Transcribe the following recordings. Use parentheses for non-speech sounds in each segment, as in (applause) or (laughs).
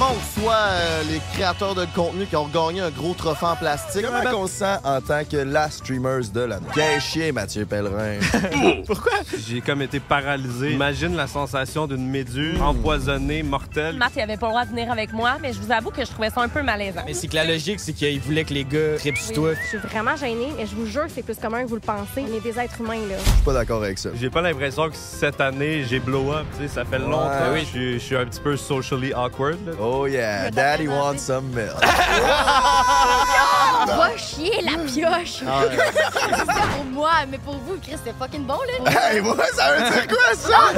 monde, soit euh, les créateurs de contenu qui ont gagné un gros trophée en plastique. Comment qu'on se sent en tant que la streamers de l'année? Quel chien, Mathieu (laughs) Pellerin. Pourquoi? J'ai comme été paralysé. Mm. Imagine la sensation d'une méduse empoisonnée, mortelle. Matt, il avait pas le droit de venir avec moi, mais je vous avoue que je trouvais ça un peu malaisant. Mais c'est que la logique, c'est qu'il voulait que les gars tripent sur Oui, toi. Je suis vraiment gênée, mais je vous jure que c'est plus commun que vous le pensez. On est des êtres humains, là. Je suis pas d'accord avec ça. J'ai pas l'impression que cette année, j'ai blow up. Tu sais, ça fait longtemps. oui. Je, suis- je suis un petit peu socially awkward. là. Oh yeah, daddy wants some milk. Ah, Bah. Va chier la pioche! Ah, (laughs) c'est ça pour moi, mais pour vous, Chris, c'est fucking bon, là! Ah, hey, moi, ça veut dire quoi, ça?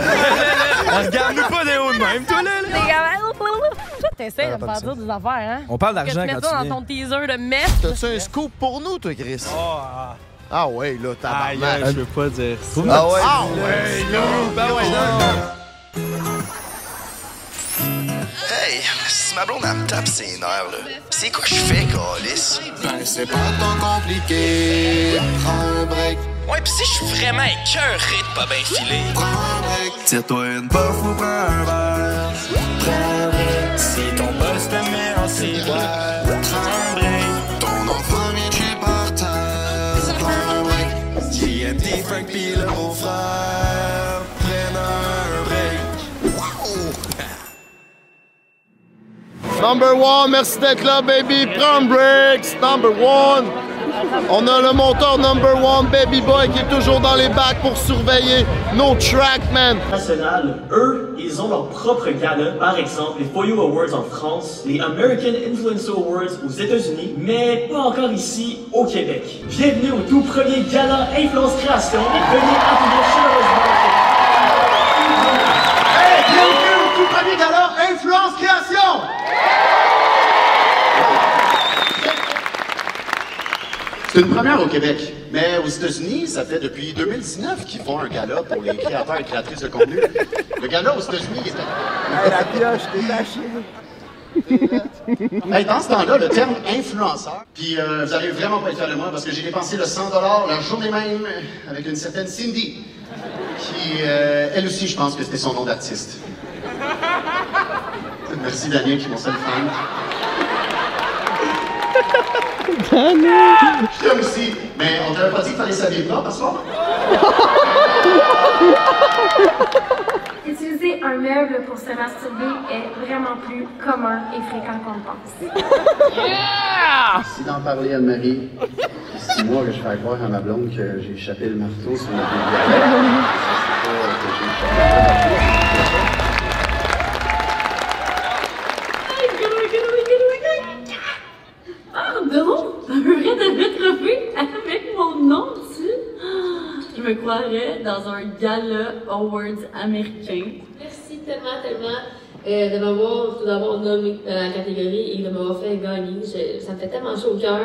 Regarde-nous pas des hauts de même, toi, là! T'es comme- T'essaies Ah, de me faire Rappelle ça. dire des affaires, hein? On parle Que tu d'argent mettes quand ça tu dans viens. ton teaser de meth. T'as-tu un scoop pour nous, toi, Chris? Ah, Ah ouais, là, aïe, tabarnak. je veux pas dire ça. Ah ouais, Ah ouais, là! Bah Ben ouais, là! Hey, si ma blonde, elle me tape ses nerfs, là. C'est quoi je fais, Calis? Ben, c'est pas tant compliqué. Prends un break. Ouais, pis si je suis vraiment écœuré de pas bien filer. Tire-toi une bof ou prends un verre. Si ton boss te met en silhouette, tremble. Ton enfant est par terre. Prends un break. JMD, Frank, pis le beau-frère. Prenne un break. Wow! Number one, merci d'être là, baby. Prends un break, c'est number one. On a le monteur number one, baby boy, qui est toujours dans les bacs pour surveiller nos tracks, man. nationales, eux, ils ont leur propre gala. Par exemple, les Folio Awards en France, les American Influencer Awards aux États-Unis, mais pas encore ici au Québec. Bienvenue au tout premier gala Influence Création et venez applaudir chaleureusement. Hey, bienvenue au tout premier gala Influence Création. C'est une première au Québec, mais aux États-Unis, ça fait depuis 2019 qu'ils font un gala pour les créateurs et créatrices de contenu. Le gala aux États-Unis, il est... la pioche, t'es lâché. dans ce temps-là, le terme influenceur, puis euh, vous allez vraiment pas être fiers de moi parce que j'ai dépensé le 100 la journée même avec une certaine Cindy, qui, euh, elle aussi, je pense que c'était son nom d'artiste. (laughs) Merci Damien, qui est mon seul fan. Je t'aime aussi, mais on t'avait pas dit qu'il fallait s'habiller blanc parce soir? Utiliser un meuble pour se masturber est vraiment plus commun et fréquent qu'on le pense. Si d'en parler à Anne-Marie, c'est moi que je fais croire à ma blonde que j'ai échappé le marteau sur ma (laughs) bibliothèque. Ah, Pardon? J'aimerais de retrouver avec mon nom dessus? Je me croirais dans un gala awards américain. Merci tellement, tellement euh, de m'avoir tout d'abord nommé euh, dans la catégorie et de m'avoir fait gagner. Je- ça me fait tellement chaud au cœur.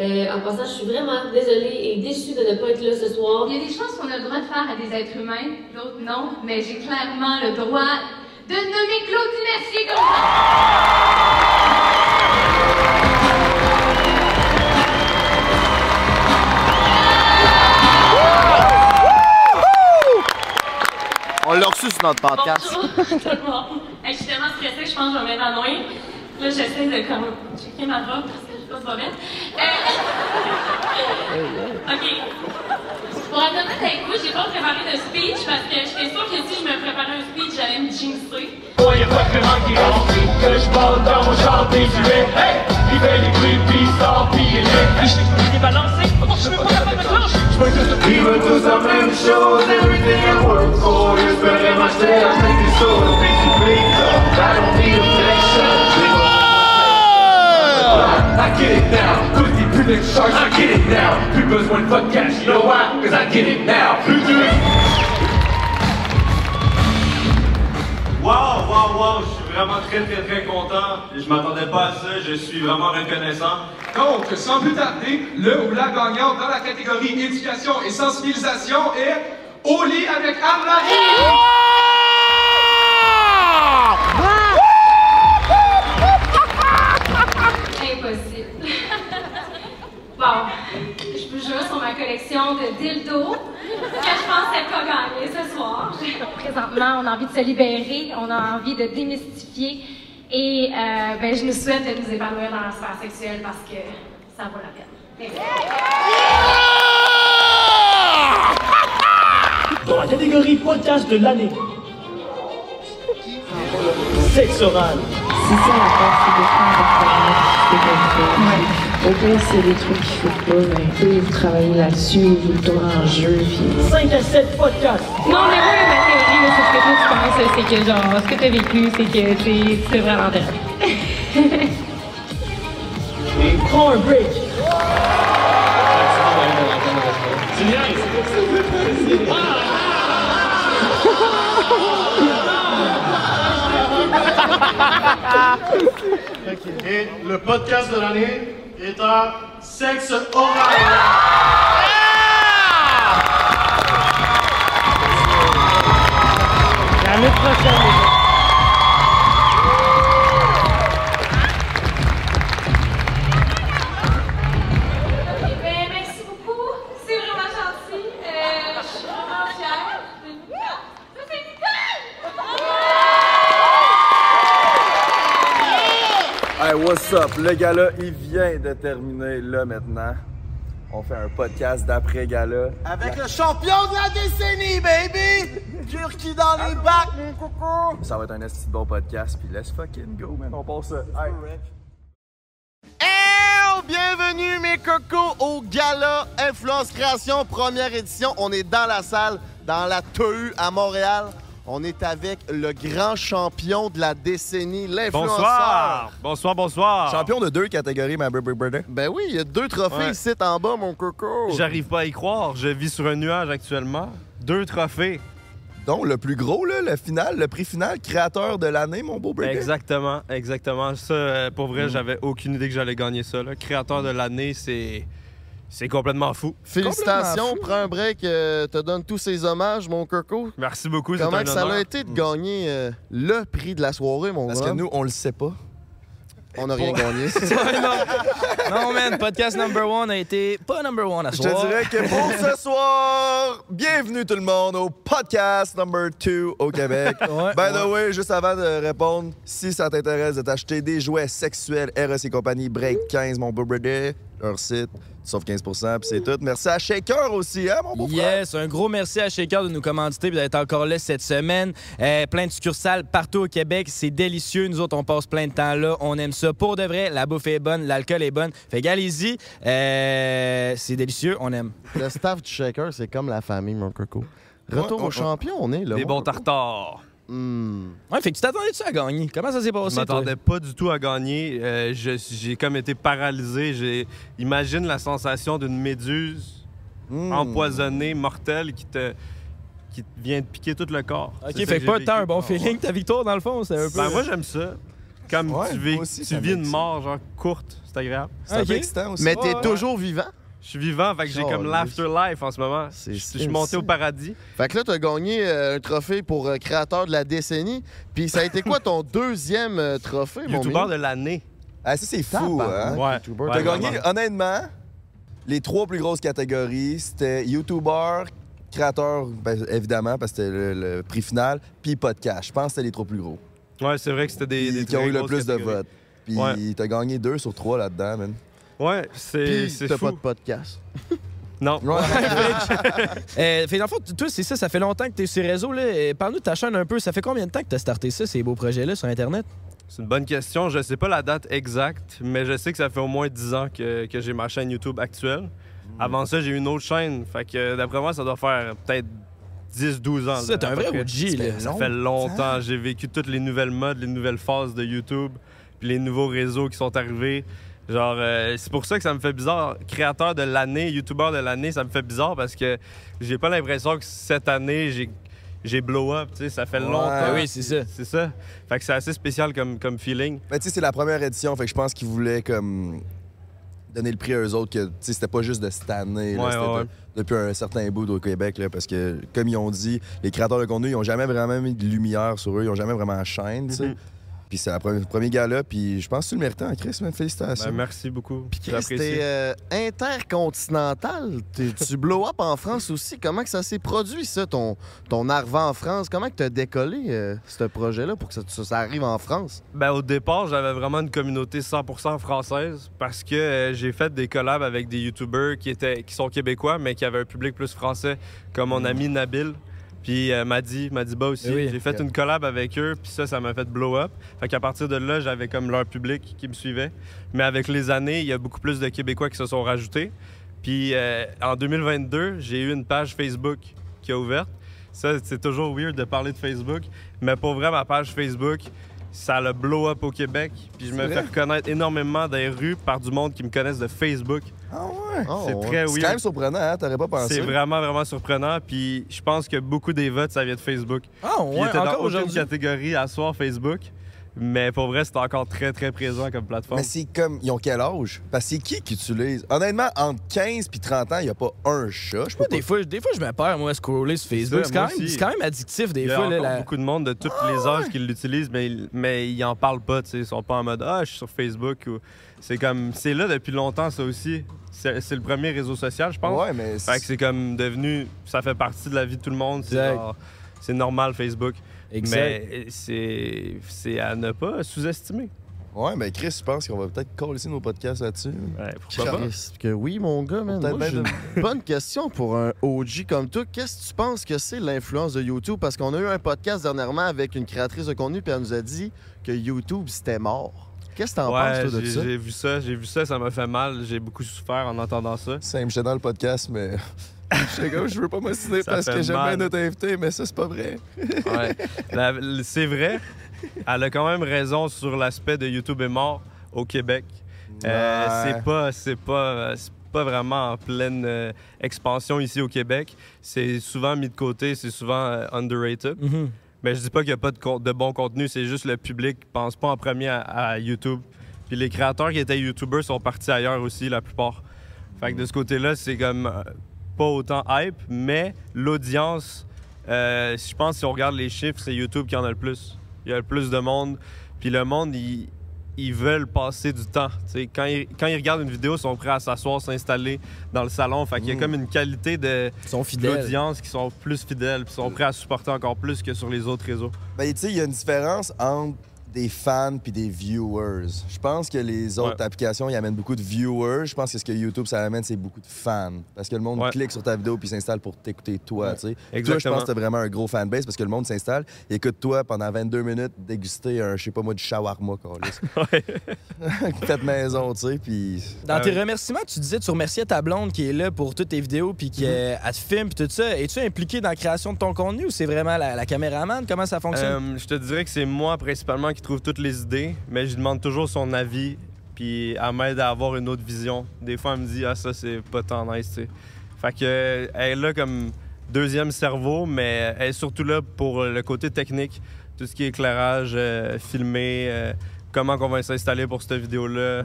Euh, en passant, je suis vraiment désolée et déçue de ne pas être là ce soir. Il y a des choses qu'on a le droit de faire à des êtres humains, d'autres non, mais j'ai clairement le droit de nommer Claude Mercier comme On l'a reçu sur notre podcast. Bonjour Oh, (laughs) tout le monde. Hey, je suis tellement stressée, je pense que je vais m'évanouir. Là, j'essaie de comme, checker ma robe parce que je sais pas si je vais mettre. Euh, OK. Pour être honnête avec vous, j'ai pas préparé de speech parce que j'étais sûre que si je me préparais un speech, j'allais me jinxer. Soyez pas vraiment qui rentrent, que je parle dans mon char des huées. Hey, il fait les bruits, puis il sort, puis il est. Je suis balancé, je suis pas capable de planche. Je veux juste We were tous la même chose, everything I work for is very much there. I make this so easy, please. I don't need a flexion. I get it now. Pussy printing sharks, I get it now. Plus besoin de podcast, you know why? Cause I get it now. Plus de... Wow, wow, wow, je suis vraiment très, très, très content. Je m'attendais pas à ça, je suis vraiment reconnaissant. Donc, sans plus tarder, le ou la gagnante dans la catégorie éducation et sensibilisation est au lit avec Anne-Marie. (laughs) Impossible. bon, je vous jure sur ma collection de dildos que je pensais pas gagner ce soir. Présentement, on a envie de se libérer, on a envie de démystifier Et euh, ben, je nous souhaite de nous épanouir dans la sphère sexuelle parce que ça vaut la peine. Dans la catégorie podcast de l'année. Sexe oral. C'est ça la force c'est de faire des comme ça. Au pire, c'est des trucs qu'il faut pas, mais vous pouvez vous travailler là-dessus, vous le tournez en jeu, puis... 5 à 7 podcasts. Non, mais oui, ma théorie, là, c'est ce que toi, tu penses, là, c'est que, genre, ce que t'as vécu, c'est que, tu sais, tu devrais (laughs) l'enterrer. Et prends un break. Et le podcast de l'année est un sexe oral. L'année prochaine. Eh ben, merci beaucoup. C'est vraiment gentil. Euh, je suis vraiment fière. C'est Nicolas. Ça, c'est Nicole! Hey, what's up? Le gala, il vient de terminer là maintenant. On fait un podcast d'après-gala. Avec le champion de la décennie, baby! Turquie dans les bacs, mon coucou! Ça va être un esti de bon podcast, puis let's fucking go, man. On passe ça. Hey. Hello, oh, bienvenue mes cocos au gala Influence Création première édition. On est dans la salle, dans la TEU à Montréal. On est avec le grand champion de la décennie, l'influenceur. Bonsoir! Bonsoir, bonsoir! Champion de deux catégories, ma brother. Ben oui, il y a deux trophées Ouais. ici en bas, mon coco. J'arrive pas à y croire, je vis sur un nuage actuellement. Deux trophées. Donc, le plus gros, là, le final, le prix final, créateur de l'année, mon beau bébé. Exactement, exactement. Ça, euh, pour vrai, j'avais aucune idée que j'allais gagner ça. là. Créateur de l'année, c'est. C'est complètement fou. Félicitations, prends un break, euh, te donne tous ces hommages, mon coco. Merci beaucoup, c'est Comment un que ça a honneur. été de gagner euh, le prix de la soirée, mon Parce que nous, on le sait pas. on n'a (laughs) (laughs) rien gagné. (laughs) Non, man, podcast number one a été pas number one à Je ce te dirais que pour ce (laughs) soir, bienvenue tout le monde au podcast number 2 au Québec. By the way, juste avant de répondre, si ça t'intéresse de t'acheter des jouets sexuels, RS et compagnie, Break 15, mon beau brother, leur site, sauf 15 puis c'est tout. Merci à Shaker aussi, hein, mon beau frère? Yes, un gros merci à Shaker de nous commanditer et d'être encore là cette semaine. Euh, plein de succursales partout au Québec, c'est délicieux. Nous autres, on passe plein de temps là, on aime ça pour de vrai. La bouffe est bonne, l'alcool est bonne. Fait qu'allez-y, Euh, c'est délicieux, on aime. Le staff du Shaker, c'est comme la famille, mon coco. Retour Ouais, aux ouais, champions, on est là. Des mon bons coco. tartares. Hmm. Ouais, fait que tu t'attendais-tu à gagner? Comment ça s'est passé? Je toi? m'attendais pas du tout à gagner. Euh, je- J'ai comme été paralysé. J'ai- Imagine la sensation d'une méduse Hmm. empoisonnée, mortelle, qui te, qui te vient de piquer tout le corps. C'est Ok, ça fait que que pas j'ai tant un vécu. bon feeling, ta victoire, dans le fond, c'est un peu. Ben, moi, j'aime ça. Comme Ouais, tu vis, moi aussi, tu ça vis une m'excite. mort genre courte, c'est agréable. C'est un peu Ok. excitant aussi. Mais t'es toujours vivant? Je suis vivant, fait que j'ai comme Caliste. l'afterlife en ce moment. Je je suis monté au paradis. Fait que là, t'as gagné euh, un trophée pour euh, créateur de la décennie. Puis ça a été (laughs) quoi ton deuxième euh, trophée, mon YouTubeur mignon? de l'année. Ah, ça, c'est fou, hein? Tabarnak, YouTuber. T'as Ouais, gagné, ah, vraiment. honnêtement, les trois plus grosses catégories, c'était YouTuber, créateur, ben, évidemment, parce que c'était le, le prix final, puis podcast. Je pense que c'était les trois plus gros. Ouais, c'est vrai que c'était des, des qui ont très eu le grosses plus de catégories. votes. Puis Ouais. t'as gagné deux sur trois là-dedans, man. Ouais, c'est Puis c'est t'as fou. pas de podcast. Non. (laughs) Euh, fait dans le fond, t- toi, c'est ça, ça fait longtemps que t'es sur les réseaux. Là. Euh, Parle-nous de ta chaîne un peu. Ça fait combien de temps que t'as starté ça, ces beaux projets-là sur Internet? C'est une bonne question. Je sais pas la date exacte, mais je sais que ça fait au moins 10 ans que, que j'ai ma chaîne YouTube actuelle. Mm. Avant ça, j'ai eu une autre chaîne. Fait que d'après moi, ça doit faire peut-être 10-12 ans. Ça, là, t'es un à peu vrai près. OG, là. Ça fait longtemps. J'ai vécu toutes les nouvelles modes, les nouvelles phases de YouTube, puis les nouveaux réseaux qui sont arrivés. Genre, euh, c'est pour ça que ça me fait bizarre. Créateur de l'année, YouTuber de l'année, ça me fait bizarre parce que j'ai pas l'impression que cette année, j'ai. J'ai blow up, tu sais, ça fait Ouais. longtemps. Oui, c'est ça. C'est ça. Fait que c'est assez spécial comme, comme feeling. Mais tu sais, c'est la première édition, fait que je pense qu'ils voulaient comme donner le prix à eux autres que tu sais, c'était pas juste de cette année, là, Ouais, c'était ouais. de- depuis un certain bout au Québec, là, parce que comme ils ont dit, les créateurs de contenu, ils ont jamais vraiment mis de lumière sur eux, ils ont jamais vraiment la chaîne. tu sais. Mm-hmm. Puis c'est la première- le premier gala, puis je pense que tu le méritais, hein, Chris, man. Félicitations. Ben, merci beaucoup. Chris, t'es euh, intercontinental. T'es- (laughs) tu blow up en France aussi. Comment que ça s'est produit, ça, ton, ton arrivée en France? Comment que t'as décollé euh, ce projet-là pour que ça, ça- ça arrive en France? Ben, au départ, j'avais vraiment une communauté 100% française parce que euh, j'ai fait des collabs avec des YouTubers qui, étaient, qui sont québécois, mais qui avaient un public plus français, comme mon ami Nabil. Puis euh, Madi, Madi Ba aussi. Eh oui. J'ai fait Yeah. une collab avec eux, puis ça, ça m'a fait blow up. Fait qu'à partir de là, j'avais comme leur public qui me suivait. Mais avec les années, il y a beaucoup plus de Québécois qui se sont rajoutés. Puis euh, en 2022, j'ai eu une page Facebook qui a ouverte. Ça, c'est toujours weird de parler de Facebook. Mais pour vrai, ma page Facebook, ça le blow up au Québec. Puis je C'est me vrai? fais reconnaître énormément dans les rues par du monde qui me connaissent de Facebook. Ah ouais? C'est très C'est weird. quand même surprenant, hein? T'aurais pas pensé. C'est vraiment, vraiment surprenant. Puis je pense que beaucoup des votes, ça vient de Facebook. Ah Puis il ouais, était dans encore aucune aujourd'hui? catégorie à soir Facebook. Mais pour vrai, c'est encore très, très présent comme plateforme. Mais c'est comme, ils ont quel âge? Parce que c'est qui qui utilise? Honnêtement, entre 15 puis 30 ans, il n'y a pas un chat. Je peux Des fois, des fois, je me perds, moi, à scroller sur Facebook. Ouais, C'est moi quand, même- aussi. c'est quand même addictif, des il y a fois. là, encore la- beaucoup de monde de tous les âges qui l'utilisent, mais, ils- mais ils en parlent pas. tu sais. Ils sont pas en mode Ah, je suis sur Facebook. ou- C'est comme c'est là depuis longtemps, ça aussi. C'est c'est le premier réseau social, je pense. Ouais, mais Fait que c'est comme devenu. Ça fait partie de la vie de tout le monde. C'est Exact. genre- C'est normal, Facebook. Exact. Mais euh, c'est c'est à ne pas sous-estimer. Ouais, mais Chris, je pense qu'on va peut-être coller nos podcasts là-dessus. Ouais, Chris, que oui, mon gars, man. Peut-être Moi, bien j'ai une bonne question pour un OG comme toi. Qu'est-ce que tu penses que c'est l'influence de YouTube? Parce qu'on a eu un podcast dernièrement avec une créatrice de contenu, puis elle nous a dit que YouTube, c'était mort. Qu'est-ce que t'en Ouais, penses, toi, de j'ai ça? j'ai vu ça, j'ai vu ça, ça m'a fait mal. J'ai beaucoup souffert en entendant ça. Simple, j'étais dans le podcast, mais. (laughs) J'étais comme, je veux pas m'assister Ça parce fait que j'aime mal. bien notre invité, mais ça, c'est pas vrai. Ouais. La- l- C'est vrai. Elle a quand même raison sur l'aspect de YouTube est mort au Québec. Euh, Ouais. c'est pas, c'est pas, c'est pas vraiment en pleine euh, expansion ici au Québec. C'est souvent mis de côté, c'est souvent euh, underrated. Mhm. Mais je dis pas qu'il y a pas de, con- de bon contenu, c'est juste le public pense pas en premier à, à YouTube. Puis les créateurs qui étaient YouTubers sont partis ailleurs aussi, la plupart. Fait que de ce côté-là, c'est comme euh, pas autant hype, mais l'audience, euh, je pense si on regarde les chiffres, c'est YouTube qui en a le plus. Il y a le plus de monde. Puis le monde, ils, ils veulent passer du temps. Tu sais, Quand ils, quand ils regardent une vidéo, ils sont prêts à s'asseoir, s'installer dans le salon. Fait qu'il y a Mm. comme une qualité de sont fidèles. d'audience qui sont plus fidèles, puis sont prêts à supporter encore plus que sur les autres réseaux. Ben, tu sais, il y a une différence entre des fans puis des viewers. Je pense que les autres Ouais. applications, ils amènent beaucoup de viewers. Je pense que ce que YouTube, ça amène, c'est beaucoup de fans. Parce que le monde Ouais. clique sur ta vidéo puis s'installe pour t'écouter toi, tu sais. Toi, je Exactement. pense que t'as vraiment un gros fanbase parce que le monde s'installe, il écoute toi pendant 22 minutes déguster un, je sais pas moi, du shawarma, (laughs) câlisse. (laughs) Faites maison, tu sais, puis... Dans tes remerciements, tu disais tu remerciais ta blonde qui est là pour toutes tes vidéos puis qui euh, elle te filme puis tout ça. Es-tu impliqué dans la création de ton contenu ou c'est vraiment la, la caméraman? Comment ça fonctionne? Euh, je te dirais que c'est moi principalement qui trouve toutes les idées, mais je lui demande toujours son avis, puis elle m'aide à avoir une autre vision. Des fois, elle me dit Ah, ça, c'est pas tant nice, tu sais. Fait que, euh, elle est là comme deuxième cerveau, mais elle est surtout là pour le côté technique, tout ce qui est éclairage, euh, filmer, euh, comment on va s'installer pour cette vidéo-là.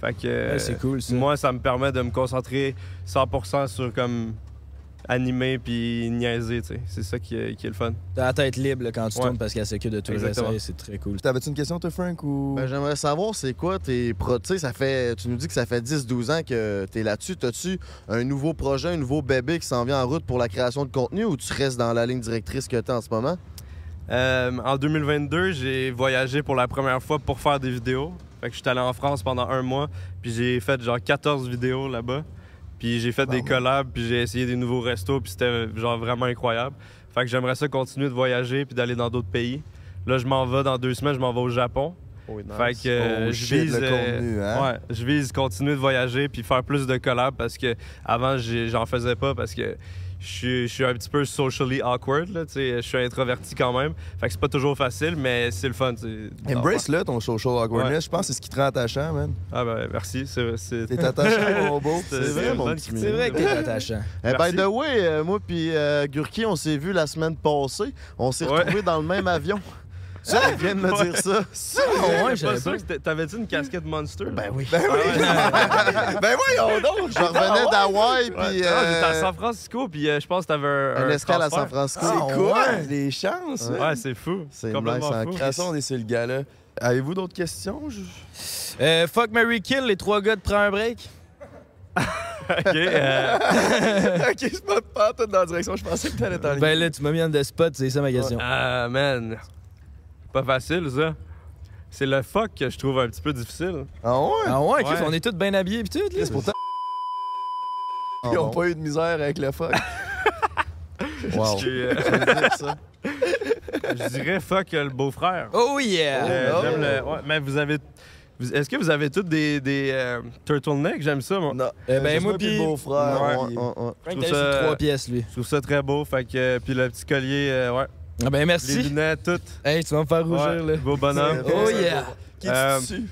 Fait que. Hmm. Ouais, c'est cool, ça. Moi, ça me permet de me concentrer 100% sur comme animer puis niaiser, tu sais. C'est ça qui est- qui est le fun. T'as la tête libre là, quand tu Ouais. tournes parce qu'elle s'occupe de tout Exactement. le reste. C'est très cool. T'avais-tu une question, toi, Frank, ou... Ben, J'aimerais savoir, c'est quoi tes pro... Tu sais, ça fait... Tu nous dis que ça fait 10-12 ans que t'es là-dessus. T'as-tu un nouveau projet, un nouveau bébé qui s'en vient en route pour la création de contenu ou tu restes dans la ligne directrice que t'es en ce moment? Euh, en 2022, j'ai voyagé pour la première fois pour faire des vidéos. Fait que je suis allé en France pendant un mois, puis j'ai fait genre 14 vidéos là-bas. Puis j'ai fait des collabs, puis j'ai essayé des nouveaux restos, puis c'était euh, genre vraiment incroyable. Fait que j'aimerais ça continuer de voyager puis d'aller dans d'autres pays. Là, je m'en vais dans deux semaines, je m'en vais au Japon. nice. Fait que euh, Oh, je shit, vise le euh, contenu, hein? ouais, (laughs) je vise continuer de voyager puis faire plus de collabs parce que avant j'ai- j'en faisais pas parce que je suis- je suis un petit peu socially awkward là, tu sais, je suis introverti quand même. Fait que c'est pas toujours facile mais c'est le fun. tu sais. Embrace là ton social awkwardness, Ouais. je pense que c'est ce qui te rend attachant, man. Ah ben merci, c'est c'est T'es attachant, mon (laughs) beau. (laughs) C'est vrai, mon bonne petit critique. C'est vrai que t'es attachant. Eh, by Merci. the way, euh, moi puis euh, Gurki, on s'est vu la semaine passée. On s'est retrouvés dans le même avion. Ça, (laughs) elle vient de me dire ça. Ça, ouais, j'étais j'avais pas sûr pas. que t'a- t'avais-tu une casquette Monster? Ben oui. Ben (laughs) oui. ben voyons donc. Je revenais d'Hawaï, puis, J'étais Ah, à euh, San Francisco, puis euh, je pense que t'avais un. un escale à transfert. Ah, San Francisco. C'est quoi les chances? Ouais, c'est fou. C'est complètement nice en fou. De toute façon, hein. on est sur le gala. Avez-vous d'autres questions? Je- Euh, fuck Mary Kill, les trois gars de prend un break. (laughs) OK. euh, (laughs) ok, c'est pas pas tout dans la direction. Je pensais que t'allais t'en Ben (laughs) là, tu m'as mis en de spot, c'est ça ma question. Ah, man. Pas facile, ça. C'est le fuck que je trouve un petit peu difficile. Ah ouais? Ah ouais, Chris, on est tous bien habillés pis tout, là. (laughs) C'est pourtant. Ils ont pas eu de misère avec le fuck. (laughs) Wow. Puis, euh, je dirais fuck le beau-frère. Oh yeah! Euh, Oh. j'aime le- ouais, mais vous avez. vous- Est-ce que vous avez tous des, des euh, turtlenecks? J'aime ça, moi. Non. Euh, ben, moi, puis- Ouais, ouais, ouais. Frank, t'as juste trois pièces, lui. Je trouve ça très beau. Fait que, euh, puis le petit collier, euh, ouais. Ah ben merci. Les lunettes, toutes. Hey, tu vas me faire rougir, Ouais, là. Beau bonhomme. Euh, Oh yeah! Qui Euh, tu (laughs) tues?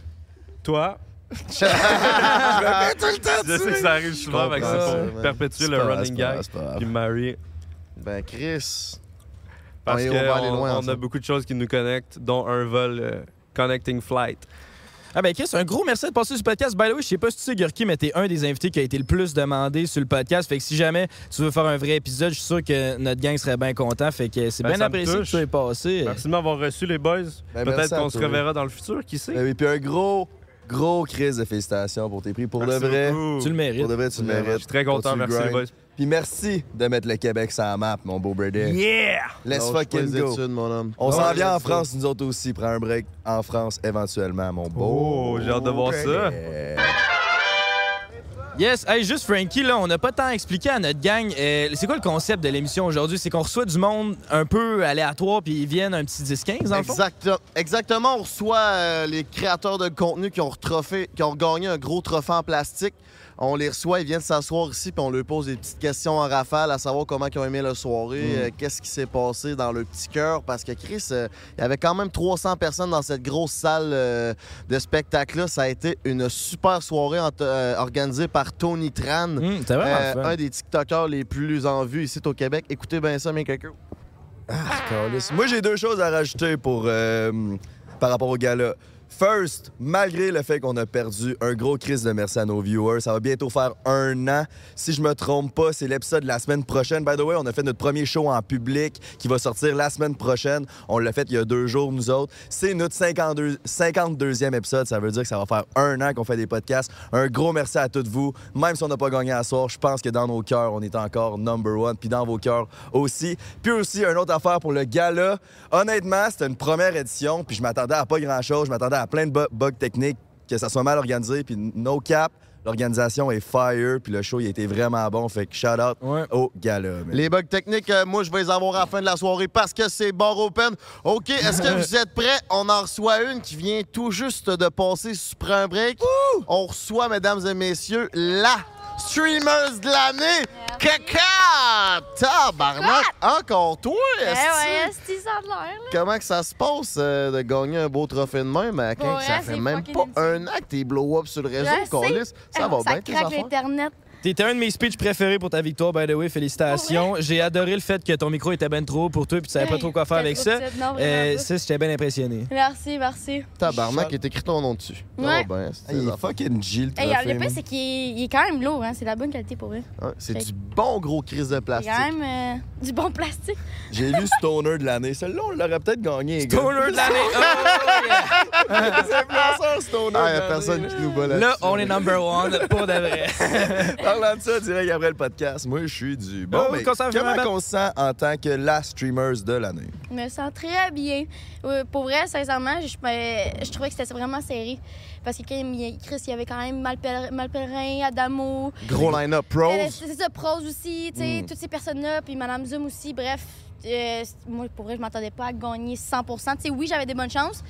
Toi. Je me mets tout le temps Ah, Je sais dessus. que ça arrive souvent, fait que comprends c'est ça, pour man. perpétuer C'est le pas grave, running c'est pas gag. grave, c'est pas grave. Puis Mary. Ben, Chris. Parce On est- on qu'on va aller on, loin on a ensemble. beaucoup de choses qui nous connectent, dont un vol euh, Connecting Flight. Ah ben Chris, un gros merci de passer sur le podcast. By the way, je sais pas si tu sais Gurki, mais t'es un des invités qui a été le plus demandé sur le podcast. Fait que si jamais tu veux faire un vrai épisode, je suis sûr que notre gang serait bien content. Fait que c'est Ben, bien ça me apprécié que touche. tu aies passé. Merci de m'avoir reçu, les boys. Ben, merci Peut-être à qu'on se toi. reverra dans le futur, qui sait? Ben oui, puis un gros, gros crise de félicitations pour tes prix. Pour Merci de vrai. beaucoup. Tu le mérites. Pour de vrai, tu le Vraiment. mérites. Je suis très content, Continue merci, le les grind. boys. Puis merci de mettre le Québec sur la map, mon beau Brady. Yeah! Let's Lâche pas fucking les go. études, mon homme. On s'en Lâche vient les en études. France, nous autres aussi. Prends un break en France éventuellement, mon beau. Oh, j'ai hâte de voir ça. Yes, hey, juste Frankie, là, on n'a pas tant expliqué à notre gang. euh, c'est quoi le concept de l'émission aujourd'hui? C'est qu'on reçoit du monde un peu aléatoire, puis ils viennent un petit 10-15, dans le fond? Exacto- Exactement, on reçoit euh, les créateurs de contenu qui ont, retrophé- qui ont gagné un gros trophée en plastique. On les reçoit, ils viennent s'asseoir ici, puis on leur pose des petites questions en rafale, à savoir comment ils ont aimé la soirée, Hmm. Mm. euh, qu'est-ce qui s'est passé dans le petit cœur, parce que Chris, euh, il y avait quand même 300 personnes dans cette grosse salle euh, de spectacle-là. Ça a été une super soirée en- euh, organisée par Tony Tran, euh, c'était Hmm, vraiment le fun. un des TikTokers les plus en vue ici au Québec. Écoutez bien ça, mes cocos. Calisse. Moi, j'ai deux choses à rajouter pour, euh, par rapport au gala. First, malgré le fait qu'on a perdu un gros crise de merci à nos viewers, ça va bientôt faire un an. Si je me trompe pas, c'est l'épisode de la semaine prochaine. By the way, on a fait notre premier show en public qui va sortir la semaine prochaine. On l'a fait il y a deux jours, nous autres. C'est notre 52, 52e épisode. Ça veut dire que ça va faire un an qu'on fait des podcasts. Un gros merci à toutes vous. Même si on n'a pas gagné à soir, je pense que dans nos cœurs, on est encore number one. Puis dans vos cœurs aussi. Puis aussi, une autre affaire pour le gala. Honnêtement, c'était une première édition. Puis je m'attendais à pas grand-chose. Je m'attendais à plein de bu- bugs techniques, que ça soit mal organisé. Puis no cap. L'organisation est fire, puis le show, il était vraiment bon. Fait que shout out au gala. man. Les bugs techniques, euh, moi, je vais les avoir à la fin de la soirée parce que c'est bar open. OK, est-ce que vous êtes prêts? On en reçoit une qui vient tout juste de passer sur un break. On reçoit, mesdames et messieurs, la streameuse de l'année, Kaka! Tabarnak! Encore toi, Eh esti! ouais, c'est ça de l'air, là. Comment que ça se passe euh, de gagner un beau trophée de même à quelqu'un Ouais, que ça c'est fait même fucking pas un an que t'es blow-up sur le réseau, Je sais. Ah, câlisse? Ça va bien, tes Ça craque affaires? l'Internet. T'étais un de mes speeches préférés pour ta victoire, by the way. Félicitations. J'ai adoré le fait que ton micro était ben trop haut pour toi puis tu savais pas Hey, trop quoi faire avec j'étais ça. trop petite. Non, vraiment Euh, pas. ça, j'étais bien impressionné. Merci, merci. Ah, Tabarnak, il est écrit ton nom dessus. Ouais. Oh, ben, c'est il est fucking Gilles, Hey, alors, le plus, c'est qu'il est- il est quand même lourd, hein. C'est de la bonne qualité pour vrai. Hein, C'est Fait- du bon gros crise de C'est plastique. quand même euh, du bon plastique. J'ai lu Stoner de l'année. Celle-là, on l'aurait peut-être gagné. les gars. Stoner de l'année. Les influenceurs Stoner. Ah, y de a l'année, personne qui nous bat là. Là, on est number one, pour de vrai. (laughs) Parlant de ça, direct après le podcast, moi, je suis du. Bon, Oh, mais qu'on s'en fait comment mal. qu'on se sent en tant que la streamer de l'année? Je me sens très bien. Euh, Pour vrai, sincèrement, je, me- je trouvais que c'était vraiment serré. Parce que quand il y a- Chris, il y avait quand même Malpel- Malpelrin, Adamo. Gros line-up, pros. Euh, C'est ça, Prose aussi, tu sais, Hmm. Mm. toutes ces personnes-là, puis Madame Zoom aussi, bref. euh, c- moi, pour vrai, je m'attendais pas à gagner 100 Tu sais, oui, j'avais des bonnes chances,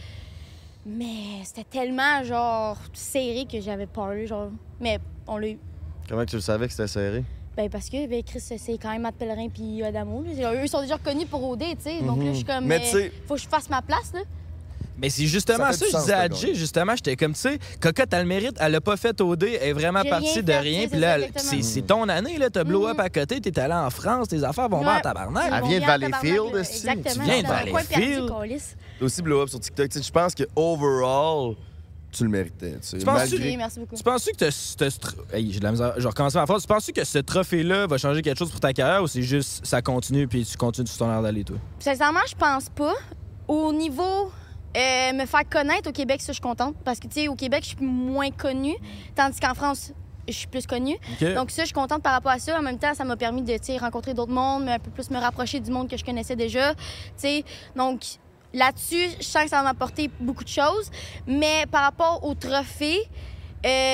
mais c'était tellement, genre, serré que j'avais peur, genre. Mais on l'a eu. Comment que tu le savais que c'était serré? Ben, parce que, ben, Chris, c'est quand même Matt Pellerin puis Adamo. là. Eux, ils sont déjà reconnus pour OD, tu sais. Donc là, je suis Mhm. comme, Mais euh, tu sais- faut que je fasse ma place, là. Mais c'est Ça justement ça, fait du je sens, disais à ce Jay, justement, j'étais comme, tu sais, Cocotte, elle le mérite, elle a pas fait OD, elle est vraiment J'ai partie rien de fait, rien. c'est Puis ça, là, exactement. Mhm. c'est c'est ton année, là, t'as blow up à côté, t'es allé en France, tes affaires vont Ouais. bien en tabarnak. Ils vont bien en tabarnak, là. Exactement. Tu viens J'étais de dans un coin perdu, Valleyfield. câlisse. T'as aussi blow up sur TikTok. Tu sais, je pense que overall, tu le méritais. Tu, sais, Tu penses-tu malgré- Merci beaucoup. tu penses-tu que t'as- ce- ce tro- Hey, j'ai de la misère. Je recommence ma phrase. Tu penses-tu que ce trophée-là va changer quelque chose pour ta carrière ou c'est juste ça continue puis tu continues sur ton air d'aller, toi? Sincèrement, je pense pas. Au niveau Euh, me faire connaître au Québec, ça, je suis contente. Parce que, tu sais, au Québec, je suis moins connue. Tandis qu'en France, je suis plus connue. OK. Donc, ça, je suis contente par rapport à ça. En même temps, ça m'a permis de, tu sais, rencontrer d'autres mondes, mais un peu plus me rapprocher du monde que je connaissais déjà. Tu sais, donc, là-dessus, je sens que ça va m'apporter beaucoup de choses. Mais par rapport au trophée,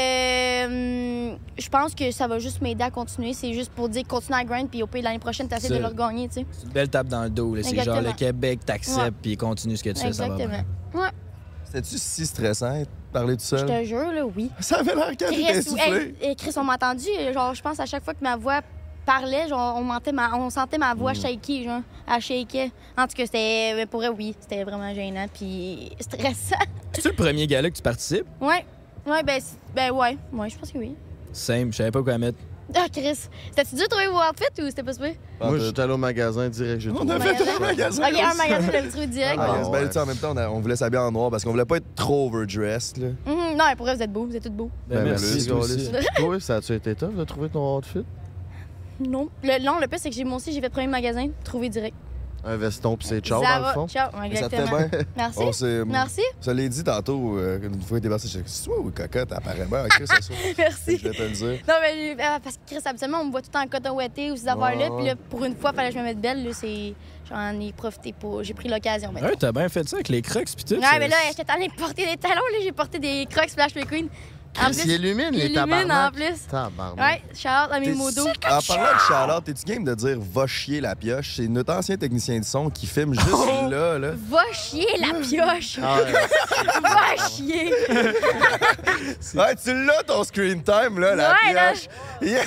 euh, je pense que ça va juste m'aider à continuer. C'est juste pour dire continue à grind, puis au pays de l'année prochaine, t'essaies de C'est- le regagner, tu sais. C'est une belle tape dans le dos. là. C'est genre Exactement. le Québec, t'acceptes, Ouais. puis continue ce que tu fais, ça va bien. Exactement. Ouais. C'était-tu si stressant, être- parler tout Je seul? te jure, là, oui. Ça avait l'air qu'elle était Chris, essoufflée. hey, hey, Chris, on m'a entendu. Genre, je pense à chaque fois que ma voix parlait, genre, on, mentait ma- on sentait ma voix Mm. shaky, genre, elle shakeait. En tout cas, c'était, mais pour vrai, oui, c'était vraiment gênant, puis stressant. (laughs) C'est-tu le premier gala que tu participes? ouais, ouais, ben, c- ben ouais, ouais, je pense que oui. Same, je savais pas quoi mettre. Ah, Chris, c'était-tu dur de trouver vos outfits ou c'était pas super? Moi, j'étais allé au magasin direct. j'ai On a trouvé. fait un magasin. Ok, un magasin, j'avais trouvé direct. Ah, bon. ben, tu sais, en même temps, on, a- on voulait s'habiller en noir parce qu'on voulait pas être trop overdressed. Là. Mhm, non, pour vrai, vous êtes beaux, vous êtes toutes beaux. Ben, merci, merci, toi aussi. Gaulis. (laughs) Toi, ça a-tu été tough de trouver ton outfit? Non, le, non, le pire, c'est que j'ai, moi aussi, j'ai fait le premier magasin, trouvé direct. Un veston pis c'est Oh, ciao, Ça dans va, le fond. ciao, ouais, Mais ça te fait exactement. bien. Merci. On s'est- Merci. Ça l'ai dit tantôt, euh, une fois que t'es passé, j'ai dit, c'est toi ou cocotte, apparaît bien, ok, Ah! ça soit. (laughs) Merci. Je vais te le dire. Non, mais j'ai- ah, parce que Chris, habituellement, on me voit tout le temps en coton ouaté ou ces affaires-là. Ouais, Puis ouais. là, pour une fois, fallait que je me mette belle. Là, c'est. J'en ai profité pour. J'ai pris l'occasion. maintenant. Ouais, t'as bien fait ça avec les crocs, pis tout. Ouais, ça- mais là, j'étais allée porter des talons. Là, j'ai porté des crocs Flash McQueen. En Chris, il illumine, il les illumine en tabarnak. plus. Tabarnak. Ouais, Charles, à mes T'es- mots d'eau. En Ah, parlant de Charlotte, t'es-tu game de dire va chier la pioche? C'est notre ancien technicien de son qui filme juste là, là. Va chier la pioche! Ah ouais. (laughs) Va chier! Ouais, Ah, tu l'as ton screen time, là, la Ouais, là. pioche. Yeah.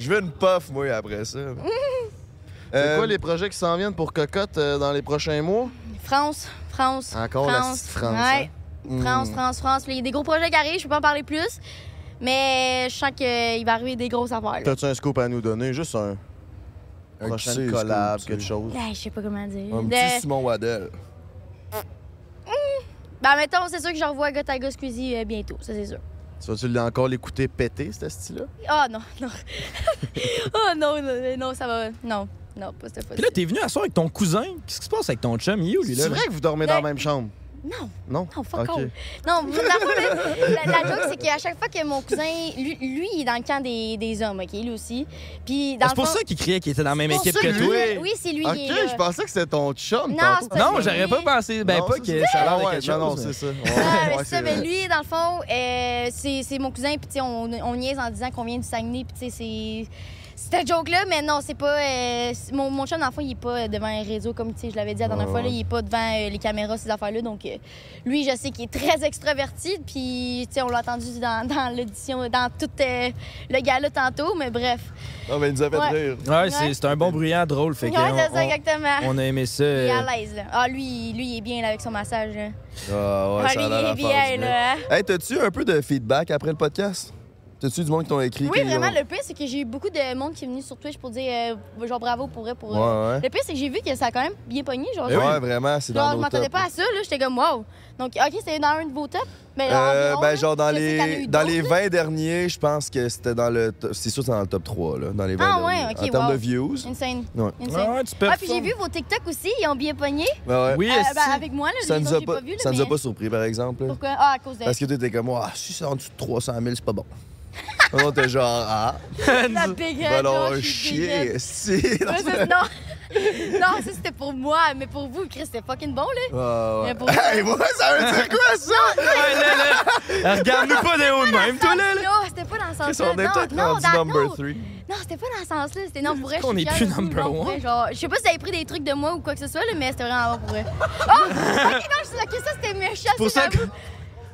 Je veux une puff, moi, après ça. (laughs) C'est quoi les projets qui s'en viennent pour Cocotte euh, dans les prochains mois? France, France. Encore la France. petite France, Ouais. hein? France, Mm. France, France. Puis Il y a des gros projets qui arrivent, je peux pas en parler plus. Mais je sens qu'il va arriver des grosses affaires. là. T'as-tu un scoop à nous donner? Juste un. Un prochain petit collab, scoop, quelque chose. Hey, je sais pas comment dire. Un De- petit Simon Waddell. Ben, mettons, c'est sûr que je revois Gotaga Squeezie euh, bientôt, ça, c'est sûr. Tu vas-tu l- encore l'écouter péter, ce style-là? Oh non, (laughs) non. oh non, non, non, ça va. Non, non, pas cette fois Puis là, t'es venu à soir avec ton cousin. Qu'est-ce qui se passe avec ton chum? Il est où, lui, là? C'est vrai que vous dormez dans la même chambre? Non, Non? non, Oh, fuck Ok. all. Non, mais la, fois, mais la- la joke, c'est qu'à chaque fois que mon cousin, lui, lui, il est dans le camp des, des hommes, OK, lui aussi. Puis, dans Ah, C'est pour ça qu'il criait qu'il était dans la même équipe que toi. Oui, c'est lui Ok, qui est là. je pensais que c'était ton chum. Non, tantôt. c'est pas Non, lui. j'aurais pas pensé- ben, pas c'est que ça a l'air de Ah ouais, quelque non, chose, Non, mais- c'est ça. Ah, mais Ouais, c'est ça, c'est mais vrai. lui, dans le fond, euh, c'est c'est mon cousin, puis tu sais, on, on niaise en disant qu'on vient du Saguenay, puis tu sais, c'est. C'était joke-là, mais non, c'est pas. euh, c'est- mon, mon chum, dans le fond, il est pas devant un réseau, comme tu sais, je l'avais dit la dernière Ouais, fois, là, ouais. il est pas devant euh, les caméras, ces affaires-là. Donc, euh, lui, je sais qu'il est très extraverti, puis tu sais, on l'a entendu dans, dans l'audition, dans tout euh, le gala tantôt, mais bref. Non, mais il nous a fait Ouais. rire. Ouais, c'est c'est un bon bruyant drôle. Fait que Ouais, c'est on- ça, on- exactement. On a aimé ça. Il est euh, à l'aise, là. Ah, lui, lui, il est bien, là, avec son massage, hein. là. Ah, ouais, Ah, ça a lui, l'air il à est faire bien, du bien. là, hein? Hey, t'as-tu un peu de feedback après le podcast? T'as-tu du monde qui t'ont écrit? Oui, qui- Eh vraiment, le pire, c'est que j'ai eu beaucoup de monde qui est venu sur Twitch pour dire euh, genre bravo pour vrai, pour vrai. Ouais, ouais. Le pire, c'est que j'ai vu que ça a quand même bien pogné. Genre, Ben ouais, vraiment, c'est Genre, dans je nos m'attendais tops, pas là. à ça, là. J'étais comme wow. Donc, OK, c'était dans un de vos tops. Mais Euh, environ, ben, là, genre, dans je sais qu'il y en a les, eu dans d'autres, les là. 20 derniers, je pense que c'était dans le. to- C'est sûr, c'est dans le top 3, là. Dans les 20 Ah, derniers. ouais, OK, En termes wow. de views. Insane. Ouais. Insane. Ouais, tu ah, performes. puis j'ai vu vos TikTok aussi, ils ont bien pogné. Ouais, ouais. Oui, Euh, esti. ben, avec moi, là, Ça les nous autres, a j'ai pas, vu, là, ça nous a mais- pas surpris, par exemple. là. Pourquoi? Ah, à cause de... Parce que t'étais comme, ah, si c'est en dessous de 300 000, c'est pas bon. On était genre, ah. (laughs) La bigote, Ben, genre, alors, je suis chier, bigote. si. (laughs) Ouais, ça, non. non, (laughs) ça, c'était pour moi. Mais pour vous, Chris, c'était fucking bon, là. Ah, Mais ouais. pour- Hey, moi, ça veut dire quoi, ça? Non, c'est- (laughs) Ah, Regarde-nous pas des hauts de même, toi, là. Non, c'était pas dans ce Chris, sens-là. on est peut-être non, non, rendu dans- number non. three. Non, c'était pas dans ce sens-là. C'était non, pour vrai, Qu'on je suis est fière plus de vous, number non, pour vrai, genre, je sais pas si vous avez pris des trucs de moi ou quoi que ce soit, là, mais c'était vraiment bon pour vrai. Oh! OK, non, je suis OK, ça, c'était méchant, pour Ah, c'est ça que- j'avoue. (laughs)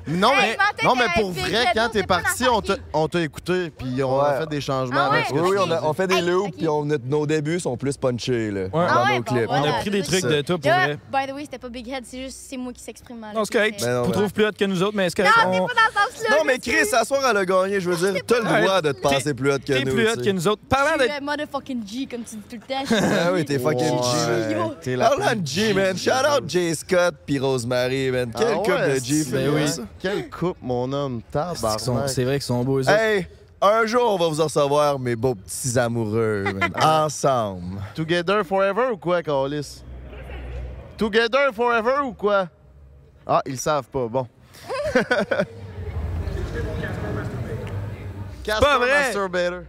Non, Hey, mais, Martin, non, mais t'as pour été vrai, cadeau, quand t'es c'est pas parti, dans on t'a- on t'a écouté, puis on a fait des changements Ah avec ce que Oui, oui, tu on, a- disais. on fait des loops, puis on, notre- nos débuts sont plus punchés, là, dans Ah ouais, nos bon, clips. voilà, trucs de toi Là, by the way, c'était pas Big Head, c'est juste c'est moi qui s'exprime mal. Non, c'est correct. Tu Ben non, te ouais. trouves plus hot que nous autres, mais est-ce que. Non, on- t'es pas dans ce sens-là. Non, mais Chris, à soir, elle a gagné. Je veux dire, t'as le droit de te penser plus haute que T'es nous. plus hot tu que sais. nous autres. Parlant Je de. suis le motherfucking G, comme tu dis tout le (laughs) temps. Ah oui, t'es fucking Ouais, G. man. t'es la Parlant de G, man. Shout out Jay Scott puis Rosemary, man. Quel Ah couple ouais, de G, hein. ben fait oui. ça. Quelle coupe, mon homme, qu'ils sont- tabarnak. C'est vrai qu'ils sont beaux, eux autres. Hey, un jour, on va vous recevoir, mes beaux petits amoureux, man. (laughs) Ensemble. Together forever ou quoi, Carlis? Together Forever ou quoi? Ah, ils savent pas. (laughs) Bon. Casper Pas vrai. Masturbator.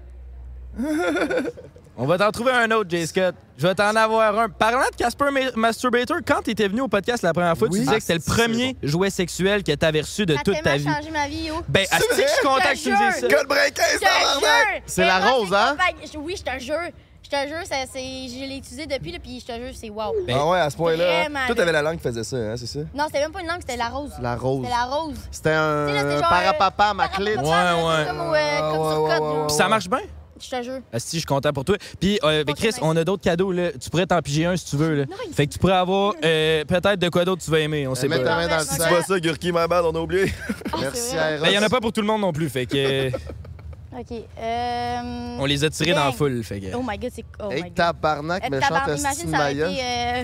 (laughs) On va t'en trouver un autre, Jay Scott. Je vais t'en avoir un. Parlant de Casper Ma- Masturbator, quand t'étais venu au podcast la première fois, Oui. tu disais que c'était le Ah, c'est premier jouet sexuel que t'avais reçu de ça a toute ta vie. tellement changé ma vie, yo. Ben, asti que je suis content que tu me dises ça. Code breaking, Je te tabarnak! jure. C'est la Eros et rose, hein? compagnie. Je- Oui, je te jure. Je te jure, ça, c'est- je l'ai utilisé depuis, là, puis je te jure, c'est wow. Ben, ah ouais, à ce point-là. Ben, Vraiment, hein. Toi, t'avais la langue qui faisait ça, hein, c'est ça? Non, c'était même pas une langue, c'était la rose. La rose. C'était la rose. C'était Tu sais, là, un, c'était un genre, euh, parapapa, ma clé. Ouais, ouais. Comme, au, euh, comme sur code, là. Puis ça marche bien? Je te jure. Asti, Ah, je suis content pour toi. Puis, euh, ben, Chris, on a d'autres cadeaux. Là. Tu pourrais t'en piger un si tu veux. Là. Fait que tu pourrais avoir euh, peut-être de quoi d'autre tu vas aimer. On sait pas. Euh, Mets ta main dans le sac. C'est pas ça, Gurki, ma bad, on (laughs) a oublié. Ah, Merci, Ben, Il y en a pas pour tout le monde non plus. Fait que, euh, OK. euh, on les a tirés dans la dang. foule. Fait que... Oh my god, c'est. Oh my Hey, god. tabarnak, Euh, méchante tabarnak, imagine, esti de ça aurait maillot. été. euh,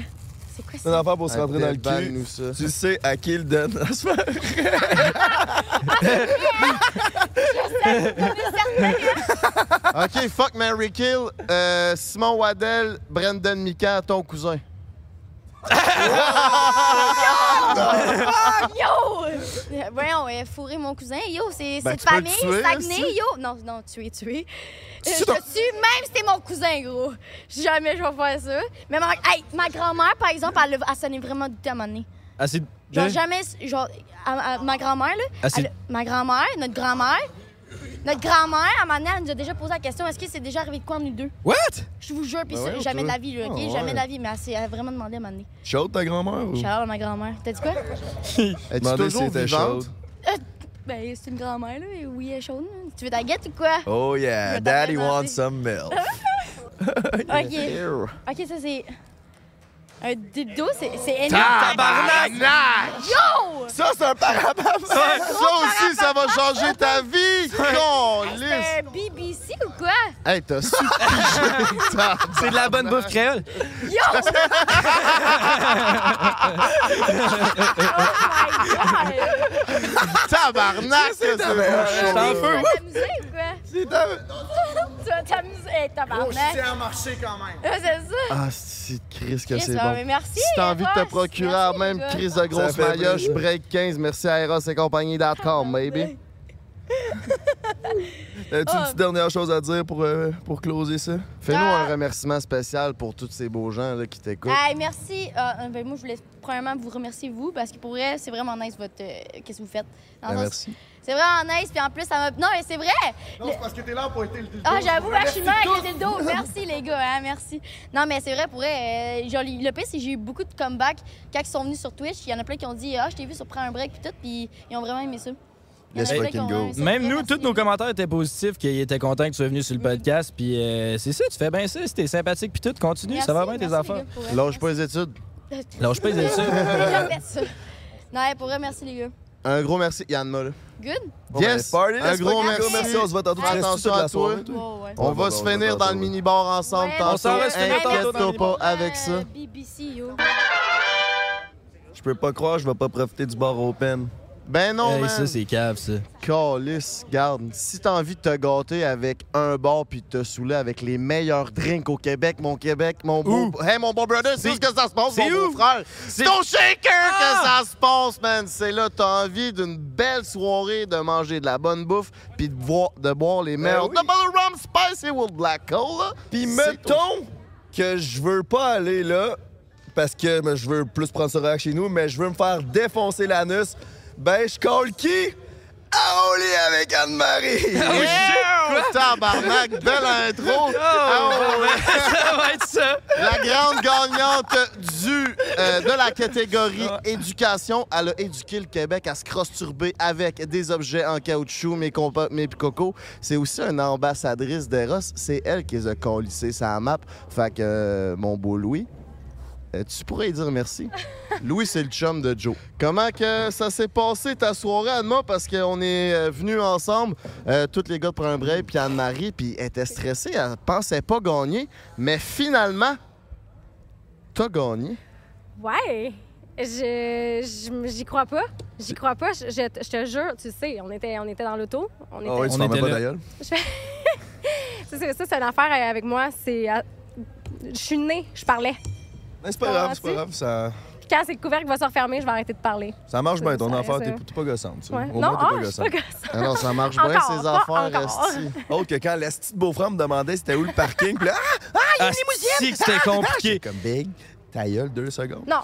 C'est quoi C'est une ça? affaire pour se Ah, rentrer dans le cul. déballe-nous ça. Tu sais à qui il donne. (laughs) à se faire. (laughs) OK, fuck Mary Kill, euh, Simon Waddell, Brandon Mican, ton Yo! cousin. Euh, Voyons, euh, fourrer mon cousin, yo, c'est Ben, c'est de tu peux le famille, tuer, stagner, aussi. yo! Non, non, tuer, tuer. Euh, Tu je t'en- le tue, même si c'est mon cousin, gros. Jamais je vais faire ça. Mais ma, hey, ma grand-mère, par exemple, elle, a- elle s'en est vraiment doutée à un moment donné. Ah, c'est- Genre, jamais. Genre, à- à- ma grand-mère, là. Ah, c'est- elle- ma grand-mère, notre grand-mère. Notre grand-mère, à un moment donné, elle nous a déjà posé la question est-ce que c'est déjà arrivé de quoi, nous deux What? Je vous jure, puis Ben ça, voyons, jamais de toi. la vie, là, OK Ah, Jamais ouais. Ah, de la vie, mais elle, s'est- elle a vraiment demandé à un moment donné. Chaude, ta grand-mère? ou- Shout-out (laughs) à ma grand-mère. T'as dit quoi Elle toujours vivante? Ben, c'est une grand-mère, là. et Oui, elle est chaude. hein. Tu veux ta guette ou quoi? Oh yeah, Je t'avais daddy demandé. wants some (laughs) milk. OK. Ew. OK, ça, c'est... Un dildo, c'est c'est énorme. Oh! Tabarnak! Yo! Ça, c'est un parapapa! Ça, aussi, ça va changer ta vie! Colisse! C'est un BBC ou quoi? Hey, t'as su piger, tabarnak. C'est de la bonne bouffe créole. Yo! (laughs) oh my God! Tabarnak, ça, c'est bon. Tu vas t'amuser ou quoi? tu vas t'amuser, Oh, je tiens Hey, tabarnak. à marcher quand même. Ah, c'est ça. Ah, c'est Chris que Chris, c'est ben, bon. mais merci, si t'as envie de te Eros. procurer Merci, la les même gars. crise de Ça grosse fait maillotche, plaisir. break 15, merci à Eros et compagnie.com, Ah, (laughs) baby. As-tu Oh. une petite dernière chose à dire pour, euh, pour closer ça? Fais-nous un remerciement spécial pour tous ces beaux gens là, qui t'écoutent. Ah. Hey, merci. Ah, euh, ben, moi, je voulais premièrement vous remercier, vous, parce que pour vrai, c'est vraiment nice votre. euh, Qu'est-ce que vous faites? Dans le Ben, sens- merci. C'est vraiment nice, puis en plus, ça m'a. Non, mais c'est vrai! Non, Le- c'est parce que t'es là pour être le dildo. Ah, j'avoue, ben, je suis Merci une mère avec tous. le (laughs) dildo. Merci, les gars, hein, merci. Non, mais c'est vrai, pour vrai, euh, genre, le pire, c'est que j'ai eu beaucoup de comebacks. Quand ils sont venus sur Twitch, il y en a plein qui ont dit Ah, je t'ai vu sur Prends un break, puis tout, puis ils ont vraiment aimé ça. Il y en a Let's plein fucking qui ont go. aimé ça. Même nous, tous nos commentaires étaient positifs, qu'ils étaient contents que tu sois venu sur le podcast. Puis euh, c'est ça, tu fais bien ça. Si t'es sympathique, puis tout, continue. ça va bien tes affaires. Lâche pas les études. Lâche pas (laughs) les études. J'ai fait ça. Non, hey, pour vrai, merci, les gars. Un gros merci, Yann Ma, là. Good? Yes! ben, party, un let's gros fucking merci. go. Merci, on se voit tantôt. Tu restes Attention toute la à toi. soirée, toi? Ouais, ouais. On Ouais, va bon, se on va finir faire dans ça, le ouais. mini-bar ensemble Ouais, tantôt. on s'en reste finir tantôt dans Inquiète-toi le pas Ah mini-bar. avec ça. Euh, BBC, yo. Je peux pas croire, Ah, je vais pas profiter du bar open. Ben non, Hey, man. ça, c'est cave, ça. Calice, garde. Si t'as envie de te gâter avec un bar puis de te saouler avec les meilleurs drinks au Québec, mon Québec, mon beau. Hey, mon beau brother, c'est où que ça se passe, mon c'est où? beau frère? C'est au shaker Ah! que ça se passe, man. C'est là, t'as envie d'une belle soirée, de manger de la bonne bouffe puis de, boire- de boire les meilleurs. Ben oui. Double Rum Spicy with Black Cola. Puis C'est mettons que je veux pas aller là parce que ben, je veux plus prendre ce rack chez nous, mais je veux me faire défoncer l'anus. Ben, je colle qui? À au lit avec Anne-Marie! Yeah! Tabarnak, belle intro! Ah ouais. Oh, (laughs) ça va être ça. La grande gagnante du, euh, de la catégorie Ah. éducation, elle a éduqué le Québec à se crosturber avec des objets en caoutchouc, mes compas, mes cocos. C'est aussi une ambassadrice d'Eros. C'est elle qui les a collissés sa map. Fait que, euh, mon beau Louis, euh, tu pourrais lui dire merci. (laughs) Louis, c'est le chum de Joe. Comment que ça s'est passé ta soirée, Anne-Ma? Parce qu'on est euh, venus ensemble, euh, tous les gars pour un break, puis Anne-Marie, puis elle était stressée, elle pensait pas gagner, mais finalement, t'as gagné. Ouais. Je, je m- j'y crois pas. J'y crois pas. Je, je- je te jure, tu sais, on était, on était dans l'auto. On était. Ah ouais, tu On t'en mets était pas là. d'ailleurs. Ça, (laughs) c'est- ça, c'est une affaire euh, avec moi. C'est, euh, je suis née, je parlais. Non, Ben, C'est pas grave, c'est Commencer. pas grave, ça. Quand c'est le couvercle va se refermer, je vais arrêter de parler. Ça marche bien, ton Ça- affaire, ça- t'es t'es pas gossante. ça. Ouais. Au moins, Non, t'es ah, je suis pas gossante. Ah non, ça marche Encore, bien, ces pas affaires, encore. esti. Autre Oh, que quand l'esti de beau-frère me demandait c'était où le parking, puis là, ah, ah, il y a une Asti limousine! que c'était Ah, ah, compliqué. j'étais comme big, ta gueule, deux secondes. Non,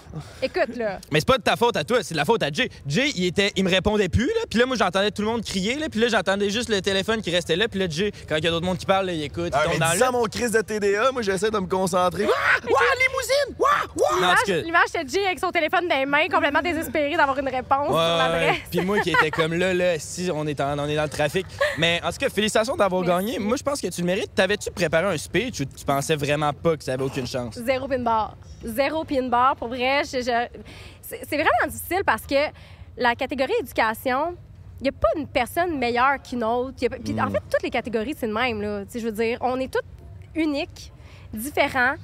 (laughs) écoute, là. Mais c'est pas de ta faute à toi, c'est de la faute à Jay. Jay, il, était, il me répondait plus, là. Puis là, moi, j'entendais tout le monde crier, là. Puis là, j'entendais juste le téléphone qui restait là. Puis là, Jay, quand il y a d'autres monde qui parlent, là, il écoute, il Ah, tombe mais dans dis le- ça, mon crise de TDA, moi, j'essaie de me concentrer. Ah! limousine! Ah, Non, en tout cas- L'image- L'image de Jay avec son téléphone dans les mains, complètement désespéré d'avoir une réponse sur Ouais, l'adresse. ouais. Puis (laughs) moi qui étais comme là, là, si on est, en- on est dans le trafic. Mais en tout cas, félicitations d'avoir gagné. Moi, je pense que tu le mérites. T'avais-tu préparé un speech ou tu pensais vraiment pas que ça avait aucune chance? Zéro pin bar. Zéro pin bar. Pour vrai, je- je- c'est c'est vraiment difficile parce que la catégorie éducation, il n'y a pas une personne meilleure qu'une autre. Y a pas- puis En Hmm. Mm. fait, toutes les catégories, c'est le même. Là. Tu sais, Je veux dire, on est toutes uniques, différents,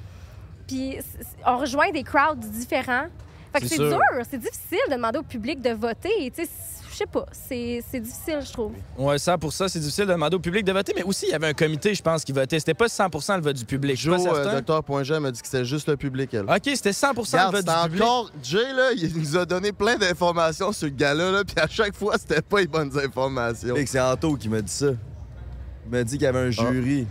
puis c- c- on rejoint des crowds différents. Fait que C'est sûr. c'est dur, c'est difficile de demander au public de voter. Tu sais, c- je sais pas, c'est c'est difficile, je trouve. Ouais, 100 c'est difficile de demander au public de voter, mais aussi, il y avait un comité, je pense, qui votait. C'était pas 100 le vote du public. Je suis pas Joe, certain. euh, Dr. Point G, elle m'a dit que c'était juste le public, elle. OK, c'était 100 Regarde, le vote c'est du public. encore... Jay, là, il nous a donné plein d'informations sur le gala, là, puis à chaque fois, c'était pas les bonnes informations. Fait que c'est Anto qui m'a dit ça. Il m'a dit qu'il y avait un jury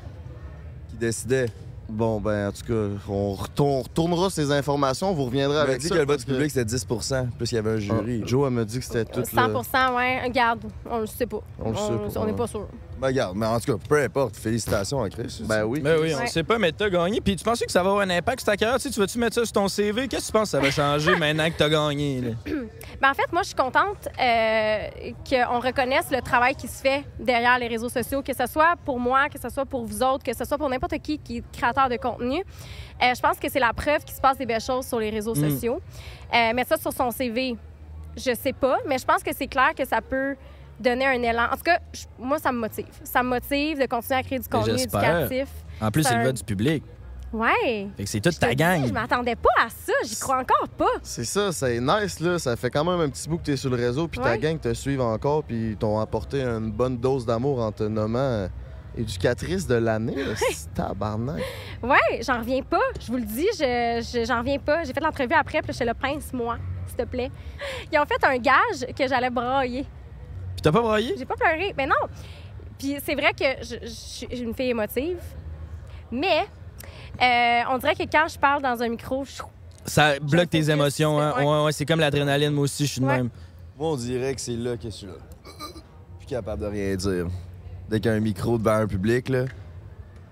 qui décidait. Bon, ben, en tout cas, on, retourne- on retournera ces informations, on vous reviendra Il m'a avec dit ça. que le vote parce Ah, euh, du public, c'était 10 plus qu'il y avait un jury. Joe, elle m'a dit que c'était tout 100 ouais, regarde, on le sait pas. On le sait pas, On n'est ouais. pas sûr. Ben, regarde, mais en tout cas, peu importe. Félicitations à Chris. Ben oui. Ben oui, on Ouais. sait pas, mais t'as gagné. Puis tu pensais que ça va avoir un impact sur ta carrière? Tu sais, tu vas-tu mettre ça sur ton CV? Qu'est-ce que tu penses que ça va (laughs) changer maintenant que t'as gagné? là? (clears throat) Ben, en fait, moi, je suis contente euh, qu'on reconnaisse le travail qui se fait derrière les réseaux sociaux, que ce soit pour moi, que ce soit pour vous autres, que ce soit pour n'importe qui qui est créateur de contenu. Euh, je pense que c'est la preuve qu'il se passe des belles choses sur les réseaux Mm. sociaux. Euh, mais ça, sur son CV, je sais pas, mais je pense que c'est clair que ça peut donner un élan. En tout cas, je- moi, ça me motive. Ça me motive de continuer à créer du Mais contenu éducatif. En plus, C'est c'est le un- vote du public. Ouais. Fait que c'est toute Je te ta dis, gang. Je m'attendais pas à ça. J'y crois encore pas. C'est ça, c'est nice, là. Ça fait quand même un petit bout que t'es sur le réseau, puis ta Ouais. gang te suivent encore, puis ils t'ont apporté une bonne dose d'amour en te nommant euh, éducatrice de l'année. là. C'est tabarnak. Ouais, j'en reviens pas. Je vous le dis, je, je- j'en reviens pas. J'ai fait l'entrevue après, puis là, j'étais le pince, moi, s'il te plaît. Ils ont fait un gage que j'allais brailler. Puis t'as pas broyé? J'ai pas pleuré. Mais non. Puis c'est vrai que je, je suis une fille émotive, mais euh, on dirait que quand je parle dans un micro, je Ça bloque tes émotions, hein? Ouais, ouais, c'est comme l'adrénaline, moi aussi, je suis de même. Moi, on dirait que c'est là que je suis là. Je suis capable de rien dire. Dès qu'il y a un micro devant un public, là.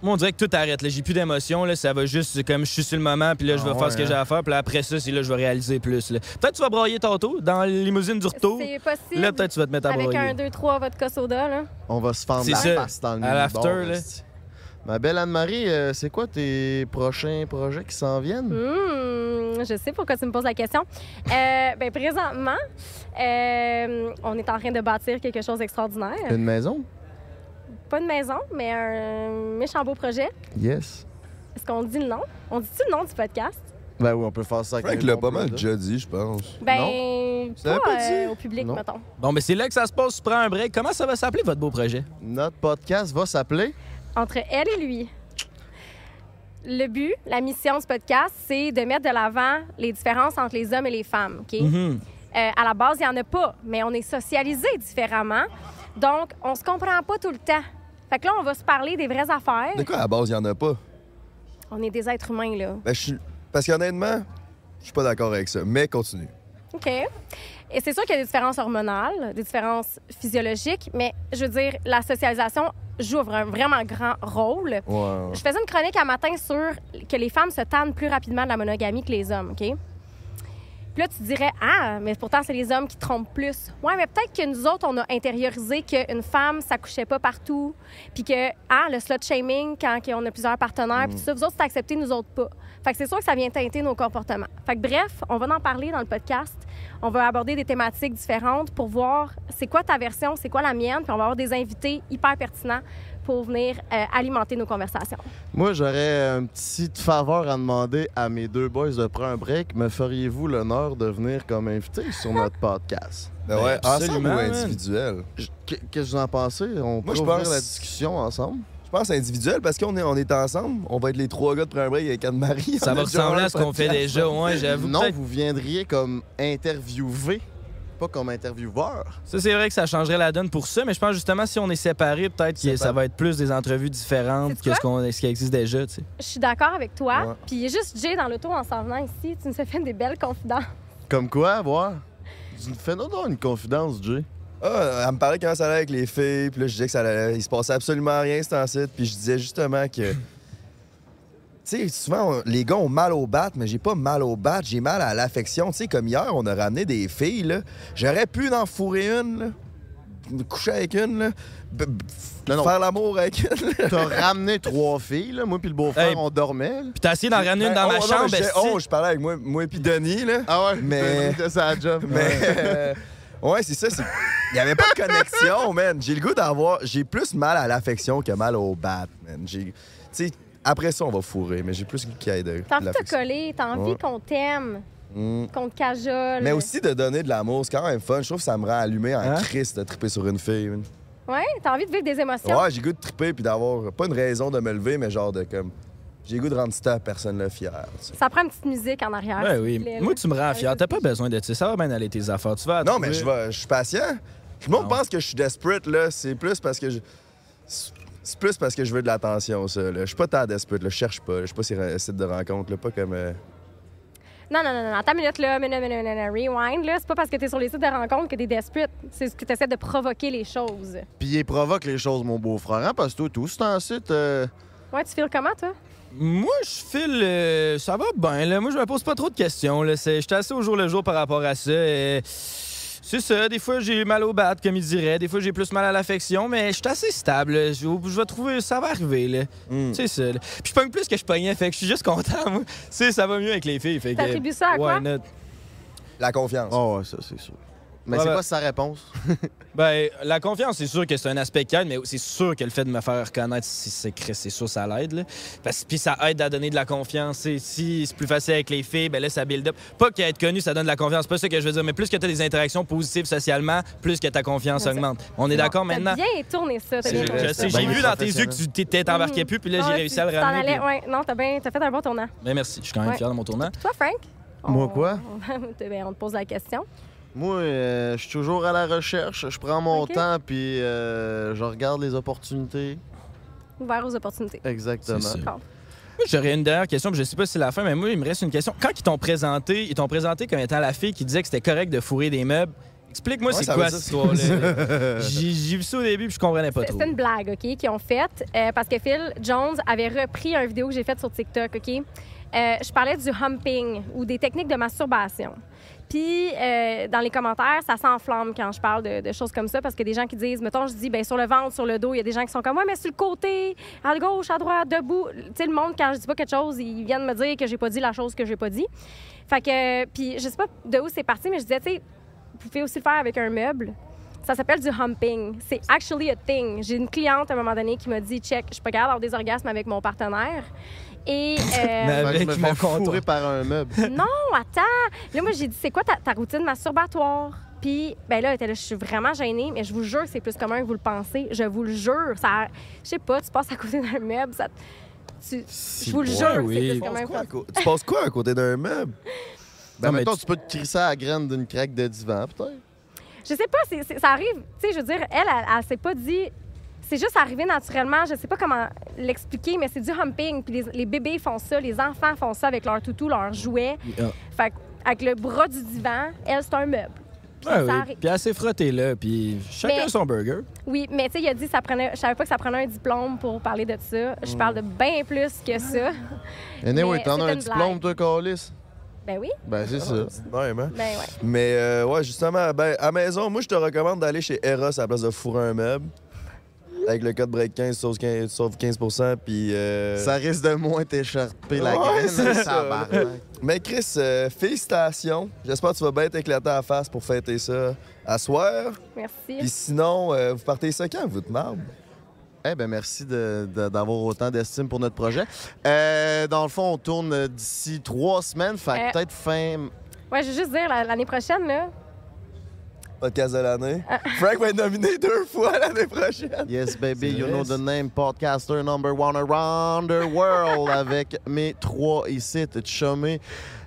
Moi, on dirait que tout arrête. là. J'ai plus d'émotion. là. Ça va juste c'est comme je suis sur le moment, puis là, je Ah vais ouais, faire ce que hein? j'ai à faire, puis là, après ça, c'est là que je vais réaliser plus. là. Peut-être que tu vas brailler tantôt dans la limousine du retour. c'est possible. Là, peut-être que tu vas te mettre à Avec broyer. un, deux, trois vodka soda, là. On va se fendre C'est la ça, face dans le à mini l'after, bar, là. esti. Ma belle Anne-Marie, euh, c'est quoi tes prochains projets qui s'en viennent? Hmm, je sais pourquoi tu me poses la question. Euh, ben, présentement, euh, on est en train de bâtir quelque chose d'extraordinaire. Une maison? Pas une maison, mais un méchant beau projet. Yes. Est-ce qu'on dit le nom? On dit-tu le nom du podcast? Ben oui, on peut faire ça avec Frank un l'a bon pas mal plat, déjà dit, je pense. Ben, Ça pas, l'a pas euh, dit. au public, Non. mettons. Bon, mais c'est là que ça se passe. Tu prends un break. Comment ça va s'appeler, votre beau projet? Notre podcast va s'appeler. Entre elle et lui. Le but, la mission de ce podcast, c'est de mettre de l'avant les différences entre les hommes et les femmes, OK? Mhm. Euh, à la base, il n'y en a pas, mais on est socialisés différemment. Donc, on se comprend pas tout le temps. Fait que là, on va se parler des vraies affaires. De quoi, à la base, il y en a pas? On est des êtres humains, là. Ben, je suis. Parce qu'honnêtement, je suis pas d'accord avec ça. Mais continue. OK. Et c'est sûr qu'il y a des différences hormonales, des différences physiologiques, mais je veux dire, la socialisation joue un vraiment grand rôle. Ouais. Je faisais une chronique un matin sur que les femmes se tannent plus rapidement de la monogamie que les hommes, OK? Puis là, tu dirais, ah, mais pourtant, c'est les hommes qui trompent plus. Ouais, mais peut-être que nous autres, on a intériorisé qu'une femme, ça couchait pas partout, puis que, ah, le slut shaming, quand on a plusieurs partenaires, puis tout ça, vous autres, c'est accepté, nous autres pas. Fait que c'est sûr que ça vient teinter nos comportements. Fait que bref, on va en parler dans le podcast. On va aborder des thématiques différentes pour voir c'est quoi ta version, c'est quoi la mienne, puis on va avoir des invités hyper pertinents pour venir euh, alimenter nos conversations. Moi, j'aurais une petite faveur à demander à mes deux boys de prendre un break. Me feriez-vous l'honneur de venir comme invité sur notre podcast? Ben ouais, Ben, ensemble absolument, ou man. individuel? Je- qu'est- Qu'est-ce que vous en pensez? On Moi, peut je ouvrir pense- la discussion ensemble? Je Je pense individuel parce qu'on est, on est ensemble. On va être les trois gars de Prends un break avec Anne-Marie. Ça On va a déjà ressembler un à ce qu'on fait podcast. déjà, ouais, j'avoue. Non, Peut-être- vous viendriez comme interviewé, pas comme intervieweur. Ça, c'est vrai que ça changerait la donne pour ça, mais je pense justement si on est séparés, peut-être que ça va être plus des entrevues différentes que ce, qu'on- ce qui existe déjà, tu sais. Je suis d'accord avec Ouais. toi. Puis il y a juste Jay dans l'auto en s'en venant ici. Tu nous as fait des belles confidences. Comme quoi, voir? Fais-nous donc une confidence, Jay. Ah, elle me parlait comment ça allait avec les filles, puis là, je disais que ça allait- il se passait absolument rien, cet site, puis je disais justement (clears throat) que. Tu sais, souvent, on- les gars ont mal au bat, mais j'ai pas mal au bat, j'ai mal à l'affection. Tu sais, comme hier, on a ramené des filles, là. J'aurais pu en fourrer une, là. Me coucher avec une, là. B- b- Faire l'amour avec une. (laughs) T'as ramené trois filles, là. Moi puis le beau-frère, Hey. on dormait. Ben, Puis t'as essayé d'en ramener une dans ma chambre, mais je disais, esti. oh, je parlais avec moi, moi puis Denis, là. Ah ouais, mais. C'était ça la job. (laughs) Mais euh, ouais, c'est ça. c'est- Il n'y avait pas de (laughs) connexion, man. J'ai le goût d'avoir. J'ai plus mal à l'affection que mal au bat, man. J'ai- Tu sais, après ça, on va fourrer, mais j'ai plus le goût qu'il y ait de. T'as de envie de te l'affection. coller, t'as envie Ouais. qu'on t'aime, Mm. qu'on te cajole. Mais aussi de donner de l'amour, c'est quand même fun. Je trouve que ça me rend allumé Hein? en Christ de triper sur une fille. man. Ouais, t'as envie de vivre des émotions. Ouais, j'ai le goût de triper puis d'avoir pas une raison de me lever, mais genre de comme. J'ai le goût de rendre cette personne-là fière. tu sais. Ça prend une petite musique en arrière. Ben Ah, s'il oui. vous plaît, là. Moi, tu me rends fier. T'as pas besoin de ça. Ça va bien aller tes affaires. Tu vas. Non, mais je vais- je suis patient. Tout le monde pense que je suis desperate, là. C'est plus parce que je. C'est plus parce que je veux de l'attention, ça. là. Je suis pas tant desperate, là. Je cherche pas. là. Je suis pas sur un site de rencontre, là. Pas comme. euh, Non, non, non, non, non, attends une minute, là, minute, minute, minute, minute, rewind, là. C'est pas parce que t'es sur les sites de rencontres que t'es desperate. C'est ce que t'essaies de provoquer les choses. Puis il provoque les choses, mon beau-frère. Hein, parce que toi, tout c'est un site. euh, Ouais, tu files comment, toi? Moi, je file. euh, ça va bien, là. Moi, je me pose pas trop de questions, là. C'est- J'étais assez au jour le jour par rapport à ça. euh, c'est ça. Des fois, j'ai mal au bat, comme il dirait. Des fois, j'ai plus mal à l'affection, mais je suis assez stable. là. Je je vais trouver. Ça va arriver, là. Mm. C'est ça. là. Puis je pogne plus que je pognais, fait que je suis juste content, moi. (laughs) Tu sais, ça va mieux avec les filles. fait que- T'attribues ça à quoi? Why not? La confiance. Ah ouais, ça, c'est sûr. Mais Ouais, c'est ben- quoi sa réponse? Ben, la confiance, c'est sûr que c'est un aspect calme, mais c'est sûr que le fait de me faire reconnaître, si c'est cré- c'est sûr, ça l'aide. là. Parce puis ça aide à donner de la confiance. Et si c'est plus facile avec les filles, ben là, ça build up. Pas qu'être connu, ça donne de la confiance. C'est pas ça que je veux dire, mais plus que tu as des interactions positives socialement, plus que ta confiance augmente. On est d'accord maintenant? T'as bien tourné ça. t'as C'est bien juste tourné que, ça. tu sais, J'ai vu dans tes yeux que tu t'étais embarqué plus, puis là, j'ai Mm. Ouais, réussi tu- à le tu t'en ramener. allais, puis- ouais. Non, t'as bien, t'as fait un bon tournant. Ben, merci. Je suis quand même Ouais. fier de mon tournant. Toi, Frank? (laughs) Moi, quoi? Ben, on te pose la question. Moi, euh, je suis toujours à la recherche. Je prends mon Ok. temps, puis euh, je regarde les opportunités. Ouvert aux opportunités. Exactement. C'est ça. Moi, J'aurais une dernière question, puis je sais pas si c'est la fin, mais moi, il me reste une question. Quand ils t'ont présenté, ils t'ont présenté comme étant la fille qui disait que c'était correct de fourrer des meubles. Explique-moi Ouais, c'est ça quoi veut dire- cette histoire-là. (laughs) J'ai j'ai vu ça au début, puis je comprenais pas C'est- trop. C'est une blague, OK, qu'ils ont faite euh, parce que Phil Jones avait repris une vidéo que j'ai faite sur TikTok, OK? Euh, je parlais du humping ou des techniques de masturbation. Puis, euh, dans les commentaires, ça s'enflamme quand je parle de, de choses comme ça parce que des gens qui disent, mettons, je dis, ben sur le ventre, sur le dos, il y a des gens qui sont comme, ouais, mais sur le côté, à gauche, à droite, debout. Tu sais, le monde, quand je dis pas quelque chose, ils viennent me dire que j'ai pas dit la chose que j'ai pas dit. Fait que, euh, puis, je sais pas de où c'est parti, mais je disais, tu sais, vous pouvez aussi le faire avec un meuble. Ça s'appelle du humping. C'est actually a thing. J'ai une cliente à un moment donné qui m'a dit check, je peux capable d'avoir des orgasmes avec mon partenaire. Et euh, Fait que je me fais fourrer par un meuble. (laughs) non, attends. Là, moi, j'ai dit, c'est quoi ta, ta routine masturbatoire? Puis, ben là, elle était là, je suis vraiment gênée, mais je vous jure que c'est plus commun que vous le pensez. Je vous le jure. Ça, je sais pas, tu passes à côté d'un meuble, ça. Tu, je vous le jure, que c'est plus commun. que vous le pensez. Tu passes quoi à côté d'un meuble? Ben, mettons, tu peux te crisser à la graine d'une craque de divan, peut-être. Je sais pas, c'est- c'est- ça arrive. Tu sais, je veux dire, elle, elle, elle s'est pas dit. C'est juste arrivé naturellement. Je sais pas comment l'expliquer, mais c'est du humping. Puis les, les bébés font ça, les enfants font ça avec leur toutou, leurs jouets. Ah. Fait que, avec le bras du divan, elle, c'est un meuble. Puis Ouais, ça oui. arrive. Puis elle s'est frottée là, puis chacun Mais- son burger. Oui, mais tu sais, il a dit que ça prenait. Je savais pas que ça prenait un diplôme pour parler de ça. Je Mm. parle de bien plus que ça. (laughs) Anyway, Mais t'en as c'est un une diplôme, toi, Calis? Ben oui. Ben, c'est ça. Même, hein? Ben ouais. Mais euh, ouais, justement, ben, à maison, moi, je te recommande d'aller chez Eros à la place de fourrer un meuble. Avec le code break 15, sauf 15, sauf 15%, puis... euh, Ça risque de moins t'écharper la Ouais, graine. c'est hein, ça, là. tabarnak. Mais Chris, euh, félicitations. J'espère que tu vas bien t'éclater à la face pour fêter ça à soir. Merci. Puis sinon, euh, vous partez ça quand, vous, de marbre? Eh ben merci de- de- d'avoir autant d'estime pour notre projet. Euh, dans le fond, on tourne euh, d'ici trois semaines, fait que Euh. peut-être fin. Ouais, je veux juste dire, la- l'année prochaine, là, podcast de l'année. Ah. Frank va être nominé deux fois l'année prochaine. Yes, baby, C'est you vrai, know ça. the name, podcaster number one around (laughs) the world avec mes trois ici, chômé.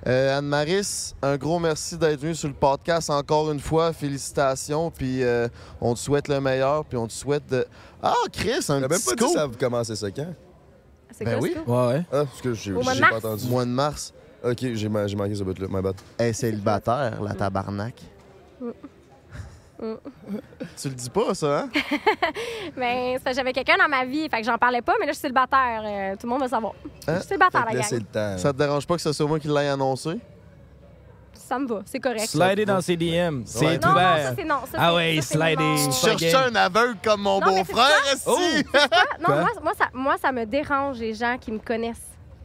Euh, Anne-Maris, un gros merci d'être venue sur le podcast encore une fois. Félicitations, puis euh, on te souhaite le meilleur, puis on te souhaite de... Ah, Chris, un T'as même pas petit dit scoop! Ben ça commencer ça quand? C'est quoi ça? ouais. Ah, parce que j'ai Au mois de j'ai mars. pas entendu. Mois de mars. Eh, Ok, j'ai ma- j'ai manqué ce but-là, ma bad. Hey, célibataire, la tabarnak. mm. Tu le dis pas, ça, hein? Mais c'est parce que Ben, j'avais quelqu'un dans ma vie, fait que j'en parlais pas, mais là, je suis célibataire. euh, tout le monde va savoir. Je suis célibataire, la gang. temps. Hein? Ça te dérange pas que ce soit moi qui l'ai annoncé? Ça me va, c'est correct. Slider dans ses DM. C'est Non, non, ouvert. ça, c'est non. Ça, ah c'est- ouais, ça, c'est slider. non. Tu cherches un aveugle comme mon Non, mais c'est beau-frère, ça. est-ce Oh! C'est ça. Non, Quoi? moi, moi, ça, moi, ça me dérange les gens qui me connaissent.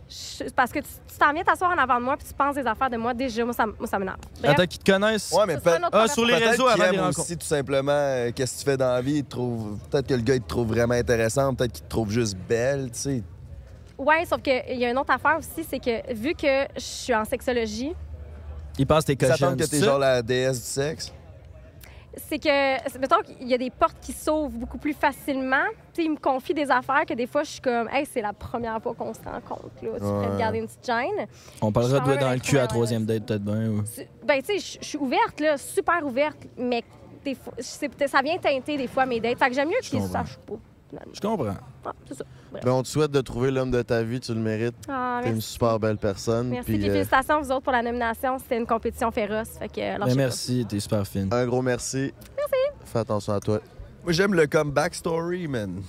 Je- parce que tu tu t'en viens t'asseoir en avant de moi puis tu penses des affaires de moi déjà. Moi, ça, m- moi, ça m'énerve. Bref. Attends qu'ils te connaissent. Ouais, mais Ça, c'est peut- un autre Ah, sur les peut-être réseaux qu'il avant aime les rencontres. aussi, tout simplement, euh, qu'est-ce que tu fais dans la vie. il te trouve- Peut-être que le gars, il te trouve vraiment intéressant. Peut-être qu'il te trouve juste belle, tu sais. Ouais, sauf qu'il y a une autre affaire aussi, c'est que vu que je suis en sexologie, Ils pensent tes Ils cochons. s'attendent que t'es genre la déesse du sexe. c'est que, c'est- mettons qu'il y a des portes qui s'ouvrent beaucoup plus facilement. Tu sais, ils me confient des affaires que des fois, je suis comme, hey, c'est la première fois qu'on se rencontre, là. Tu pourrais te Ouais. garder une petite gêne. On parlera Je de suis doigt dans le cul à la quand même troisième date, peut-être bien. ou- Tu- Ben, tu sais, je- je suis ouverte, là, super ouverte, mais des fois, je sais peut-être- ça vient teinter des fois mes dates. Fait que j'aime mieux qu'ils comprends. sachent pas, finalement. Je comprends. Ah, c'est ça. Bref. Ben, on te souhaite de trouver l'homme de ta vie, tu le mérites. Ah, T'es une merci. super belle personne. Merci, puis, puis euh, félicitations, vous autres, pour la nomination. C'était une compétition féroce. Fait que, euh, lâchez Ben, pas. merci, t'es super fine. Un gros merci. Merci. Fais attention à toi. Moi, j'aime le comeback story, man.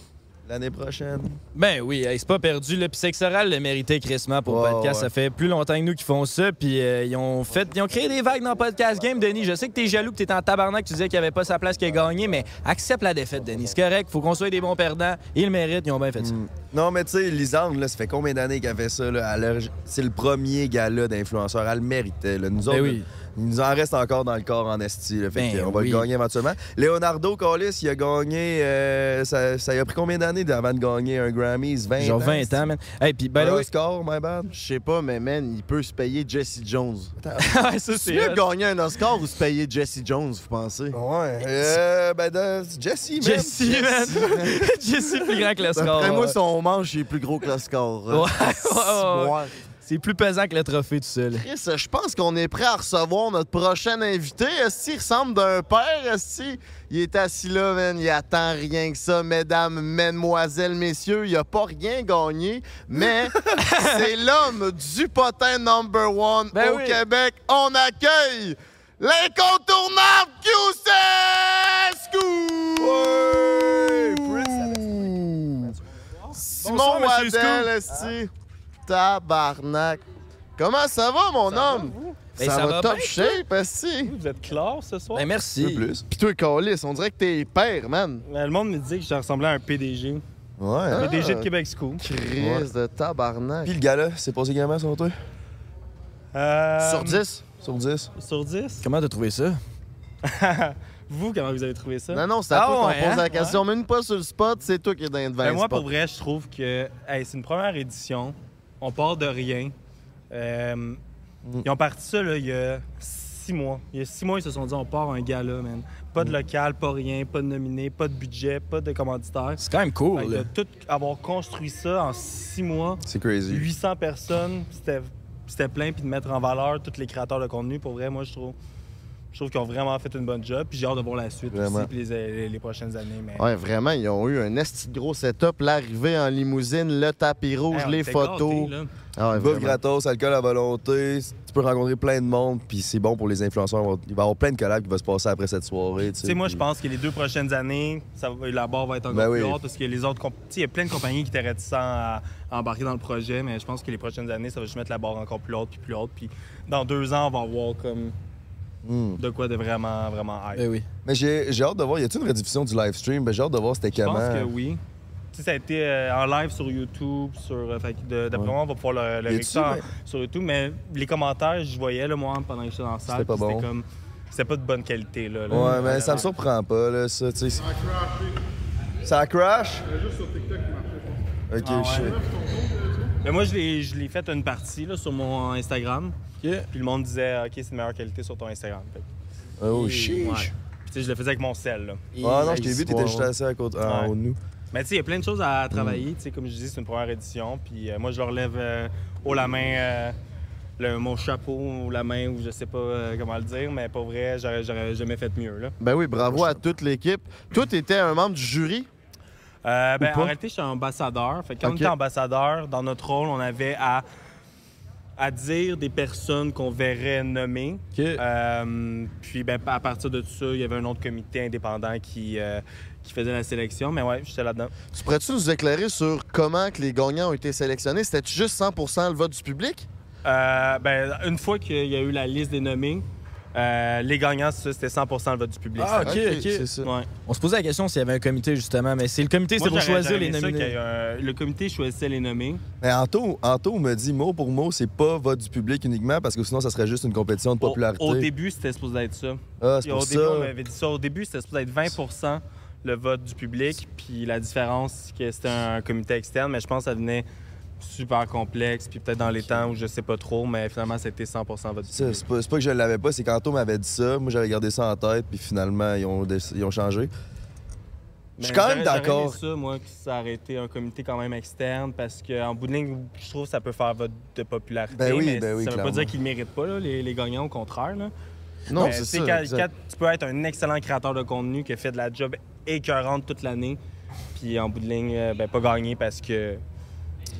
L'année prochaine. Ben oui, hey, c'est pas perdu. Le puis sexe oral le méritait crissement pour Ouais, le podcast. Ça ouais. fait plus longtemps que nous qui font ça. Puis euh, ils, ont fait, ils ont créé des vagues dans Podcast Game, Denis. Je sais que t'es jaloux, que t'es en tabarnak, que tu disais qu'il n'y avait pas sa place qui a gagné, mais accepte la défaite, Denis. C'est correct, faut qu'on soit des bons perdants. Ils le méritent, ils ont bien fait ça. Mm. Non, mais tu sais, Lisande, là, ça fait combien d'années qu'elle fait ça? là? Elle a- C'est le premier gala d'influenceurs. Elle le méritait. là. Nous Ben autres, oui. là, il nous en reste encore dans le corps en esti. là. Fait Ben que, on va oui. le gagner éventuellement. Leonardo Collis, il a gagné... euh, ça, ça lui a pris combien d'années avant de gagner un Grammys? 20 Genre ans? 20 ans, man. Hey, puis ben Un là, oui. Oscar, my bad? Je sais pas, mais man, il peut se payer Jesse (laughs) Jones. (laughs) ouais, ça, Tu c'est. veux hot. gagner un Oscar ou se payer Jesse Jones, vous pensez? Ouais. Euh, ben, de- Jesse, man. Jesse, man. (laughs) Jesse est plus grand que le score. Après moi, ouais. son manche, il est plus gros que le score. euh, Ouais, ouais, ouais, ouais. C'est plus pesant que le trophée tout seul. Chris, je pense qu'on est prêt à recevoir notre prochain invité. Est-ce qu'il ressemble d'un père? Est-ce qu'il- il est assis là, man? Il attend rien que ça, mesdames, mesdemoiselles, messieurs. Il a pas rien gagné, mais c'est l'homme du potin number one Ben au oui. Québec. On accueille l'incontournable QCSQ! Simon Bonsoir, Monsieur Waddell, Scoop. esti. Tabarnak. Comment ça va, mon homme? Ben, ça, ça va, va top bien, shape, esti. Vous êtes clair ce soir? Ben merci. Pis toi, Calis, on dirait que t'es père, man. Ben, le monde me disait que je ressemblais à un PDG. Ouais. hein? Ah. PDG de Québec School. Chris de tabarnak. Puis le gala, c'est passé également sur toi? Euh, Sur 10? Sur 10. Sur 10? Comment t'as trouvé ça? Vous, comment vous avez trouvé ça? Non, non, c'est à Ah toi qu'on ouais, pose hein? la question. Même pas sur le spot, c'est toi qui es dans le Ben, moi, pour vrai, je trouve que hey, c'est une première édition. On part de rien. Euh, Mm. Ils ont parti ça là, il y a six mois. Il y a six mois, ils se sont dit on part un gala, man. Pas Mm. de local, pas rien, pas de nominé, pas de budget, pas de commanditaire. C'est quand même cool. Fait que là. de tout avoir construit ça en six mois. C'est crazy. 800 personnes, c'était c'était plein, puis de mettre en valeur tous les créateurs de contenu. Pour vrai, moi, je trouve, je trouve qu'ils ont vraiment fait une bonne job, puis j'ai hâte de voir la suite Vraiment. aussi, puis les, les- les prochaines années. Mais... Ouais, vraiment, ils ont eu un esti de gros setup. L'arrivée en limousine, le tapis rouge, Hey, Ah, on les était photos. gâtés, là. Ah ouais, Bouffe vraiment. gratos, alcool à volonté. Tu peux rencontrer plein de monde, puis c'est bon pour les influenceurs. Il va y avoir plein de collabs qui va se passer après cette soirée. Tu Tu sais, moi, je puis- pense que les deux prochaines années, ça, va- la barre va être encore Ben plus oui. haute parce que les autres. comp- Tu sais, il y a plein de compagnies qui étaient réticentes à, à embarquer dans le projet, mais je pense que les prochaines années, ça va juste mettre la barre encore plus haute puis plus haute. Puis dans deux ans, on va avoir comme Hmm. de quoi de vraiment, vraiment hype. oui. Mais j'ai j'ai hâte de voir, y a-t-il une rediffusion du live stream? Ben, j'ai hâte de voir c'était Je comment. pense que oui. Tu sais, ça a été euh, en live sur YouTube, sur. euh, fait que de- D'après Ouais. moi, on va pouvoir le, le Y a-tu, réécouter en- mais- sur YouTube, mais les commentaires, je voyais, là, moi, pendant que j'étais dans la salle. C'était pas puis bon. comme. C'était pas de bonne qualité, là. là. Ouais, mais ça me surprend pas, là, ça, tu sais. c'est- Ça crash? Ok, Ah ouais. shit. Mais moi, je l'ai, je l'ai fait une partie là, sur mon Instagram. Puis le monde disait, OK, c'est de meilleure qualité sur ton Instagram. Fait que- Oh, Et- sheesh. ouais. Puis tu sais, je le faisais avec mon sel. Là. Ah non, je t'ai vu, t'étais juste assis à côté, en Ouais. haut de nous. Mais tu sais, il y a plein de choses à Mm. travailler. Tu sais, comme je dis, c'est une première édition. Puis euh, moi, je leur lève euh, haut la main euh, le- mon chapeau ou la main ou je sais pas euh, comment le dire. Mais pour vrai, j'aurais- j'aurais jamais fait mieux. Là. Ben oui, bravo à toute l'équipe. Toi, t'étais un membre du jury? Euh, ben, Ou pas? en réalité, je suis ambassadeur. Fait que quand Ok. on était ambassadeur, dans notre rôle, on avait à, à dire des personnes qu'on verrait nommer. Euh, puis ben, à partir de tout ça, il y avait un autre comité indépendant qui, euh, qui faisait la sélection. Mais ouais, j'étais là-dedans. Tu pourrais-tu nous éclairer sur comment que les gagnants ont été sélectionnés? C'était juste 100 le vote du public? Euh, ben, une fois qu'il y a eu la liste des nommés, euh, les gagnants, ça, c'était 100 le vote du public. Ah, Ça. ok, ok. C'est ça. Ouais. On se posait la question s'il y avait un comité, justement, mais c'est le comité, c'est Moi, pour j'aurais- choisir j'aurais les aimé ça qu'il y nominés. ait un- le comité choisissait les nommés. Mais Anto, Anto me dit mot pour mot, c'est pas vote du public uniquement parce que sinon ça serait juste une compétition de popularité. Au début, c'était supposé être ça. Ah, c'est Et au pour début, ça. on m'avait dit ça. Au début, c'était supposé être 20 le vote du public, puis la différence, c'est que c'était un comité externe, mais je pense que ça venait super complexe, puis peut-être dans les temps où je sais pas trop, mais finalement, c'était 100 vote du Ça, public. C'est pas, c'est pas que je l'avais pas, c'est qu'Anto m'avait dit ça, moi j'avais gardé ça en tête, puis finalement ils ont, dé- ils ont changé. Je suis Mais quand même Ben, j'aurais- j'aurais d'accord. aimé ça, moi, que ça aurait été un comité quand même externe, parce qu'en bout de ligne, je trouve que ça peut faire vote de popularité. Ben oui, mais ben oui, Ça veut clairement. pas dire qu'ils ne méritent pas, là, les, les gagnants, au contraire. là. Ben, Non, Mais c'est tu sais, ça, Quand, exact. quand tu peux être un excellent créateur de contenu qui a fait de la job écœurante toute l'année, puis en bout de ligne, euh, ben, pas gagner parce que,